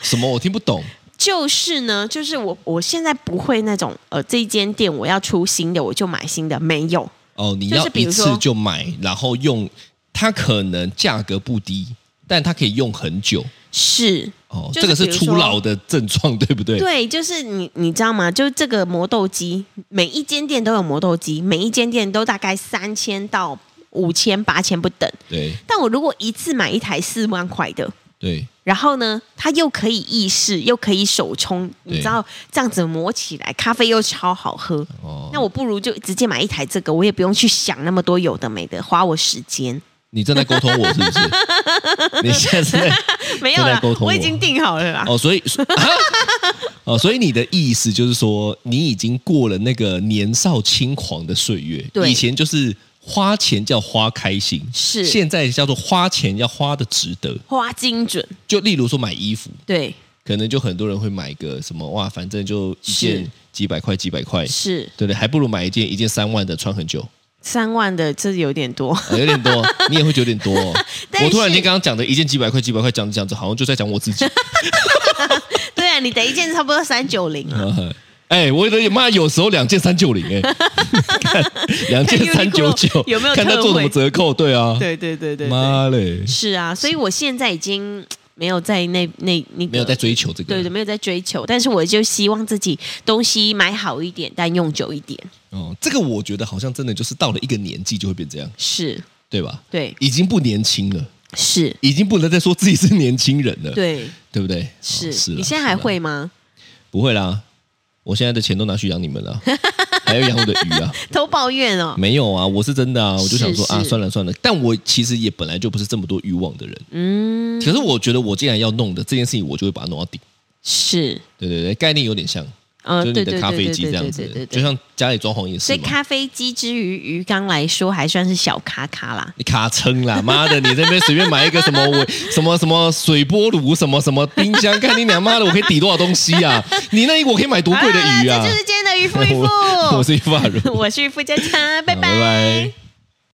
[SPEAKER 3] 什么？我听不懂。
[SPEAKER 2] 就是呢，就是我我现在不会那种呃，这一间店我要出新的我就买新的，没有。
[SPEAKER 3] 哦，你
[SPEAKER 2] 就
[SPEAKER 3] 要
[SPEAKER 2] 是比
[SPEAKER 3] 一
[SPEAKER 2] 如说
[SPEAKER 3] 次就买，然后用它可能价格不低，但它可以用很久。
[SPEAKER 2] 是，
[SPEAKER 3] 哦，
[SPEAKER 2] 就是
[SPEAKER 3] 这个是
[SPEAKER 2] 比如
[SPEAKER 3] 初
[SPEAKER 2] 说
[SPEAKER 3] 老的症状，对不对？
[SPEAKER 2] 对，就是你你知道吗？就是这个磨豆机，每一间店都有磨豆机，每一间店都大概三千到五千、八千不等。
[SPEAKER 3] 对
[SPEAKER 2] 但我如果一次买一台四万块的，
[SPEAKER 3] 对
[SPEAKER 2] 然后呢，它又可以意式，又可以手冲，你
[SPEAKER 3] 对
[SPEAKER 2] 知道这样子磨起来，咖啡又超好喝。
[SPEAKER 3] 哦，
[SPEAKER 2] 那我不如就直接买一台这个，我也不用去想那么多有的没的，花我时间。
[SPEAKER 3] 你正在沟通我是不是？ 你现在是在
[SPEAKER 2] 没有
[SPEAKER 3] 正
[SPEAKER 2] 啦
[SPEAKER 3] 在沟，通
[SPEAKER 2] 我已
[SPEAKER 3] 我
[SPEAKER 2] 经定好了啦。
[SPEAKER 3] 哦，所以、 啊哦，所以你的意思就是说，你已经过了那个年少轻狂的岁月，
[SPEAKER 2] 对
[SPEAKER 3] 以前就是花钱叫花开心，
[SPEAKER 2] 是
[SPEAKER 3] 现在叫做花钱要花的值得。
[SPEAKER 2] 花精准，
[SPEAKER 3] 就例如说买衣服，
[SPEAKER 2] 对，
[SPEAKER 3] 可能就很多人会买个什么哇，反正就一
[SPEAKER 2] 是
[SPEAKER 3] 件几百块几百块，
[SPEAKER 2] 是
[SPEAKER 3] 对不对？还不如买一件一件三万的穿很久。
[SPEAKER 2] 三万的，这有点多。
[SPEAKER 3] 呃有点多，你也会觉得有点多、哦。
[SPEAKER 2] 但是
[SPEAKER 3] 我突然间刚刚讲的一件几百块、几百块，讲着讲着好像就在讲我自己。
[SPEAKER 2] 对啊，你的一件差不多三九零，
[SPEAKER 3] 哎，我的妈！有时候两件三九零， 哎，两件
[SPEAKER 2] 看 Uniqlo
[SPEAKER 3] 三九九，
[SPEAKER 2] 有没有
[SPEAKER 3] 看他
[SPEAKER 2] 特
[SPEAKER 3] 做什么
[SPEAKER 2] 惠
[SPEAKER 3] 折扣？对啊，
[SPEAKER 2] 对对对对对，
[SPEAKER 3] 妈嘞，
[SPEAKER 2] 是啊，所以我现在已经没有在那那那个
[SPEAKER 3] 没有在追求这个，
[SPEAKER 2] 对对，没有在追求，但是我就希望自己东西买好一点，但用久一点，
[SPEAKER 3] 哦，这个我觉得好像真的就是到了一个年纪就会变这样，
[SPEAKER 2] 是
[SPEAKER 3] 对吧？
[SPEAKER 2] 对
[SPEAKER 3] 已经不年轻了，
[SPEAKER 2] 是，
[SPEAKER 3] 已经不能再说自己是年轻人了，
[SPEAKER 2] 对
[SPEAKER 3] 对不对？
[SPEAKER 2] 是
[SPEAKER 3] 哦是啦，
[SPEAKER 2] 你现在还
[SPEAKER 3] 是啦
[SPEAKER 2] 会吗？
[SPEAKER 3] 不会啦？我现在的钱都拿去养你 们了，还要养我的鱼啊。
[SPEAKER 2] 都抱怨哦，
[SPEAKER 3] 没有啊，我是真的啊，我就想说
[SPEAKER 2] 是
[SPEAKER 3] 啊，
[SPEAKER 2] 是
[SPEAKER 3] 算了算了。但我其实也本来就不是这么多欲望的人，
[SPEAKER 2] 嗯，
[SPEAKER 3] 可是我觉得我既然要弄的这件事情，我就会把它弄到底。
[SPEAKER 2] 是，
[SPEAKER 3] 对对对，概念有点像，
[SPEAKER 2] 呃，
[SPEAKER 3] 就是
[SPEAKER 2] 对对
[SPEAKER 3] 你的
[SPEAKER 2] 对
[SPEAKER 3] 咖
[SPEAKER 2] 对
[SPEAKER 3] 啡
[SPEAKER 2] 对
[SPEAKER 3] 机这
[SPEAKER 2] 对
[SPEAKER 3] 样
[SPEAKER 2] 对
[SPEAKER 3] 子
[SPEAKER 2] 对对，
[SPEAKER 3] 就
[SPEAKER 2] 对。
[SPEAKER 3] 像家里装潢也
[SPEAKER 2] 所
[SPEAKER 3] 是
[SPEAKER 2] 以
[SPEAKER 3] 嘛。
[SPEAKER 2] 咖啡机之于鱼缸来说，还算是小咖咖啦。
[SPEAKER 3] 你卡称啦，妈的！你这边随便买一个什么我 什么什么水波炉，什么什么冰箱，看你娘妈的，我可以抵多少东西啊？你那一我可以买多贵的鱼啊
[SPEAKER 2] 好啦这？就是今天的渔夫渔夫，
[SPEAKER 3] 我我是玉发如，
[SPEAKER 2] 我是付佳佳，拜
[SPEAKER 3] 好拜拜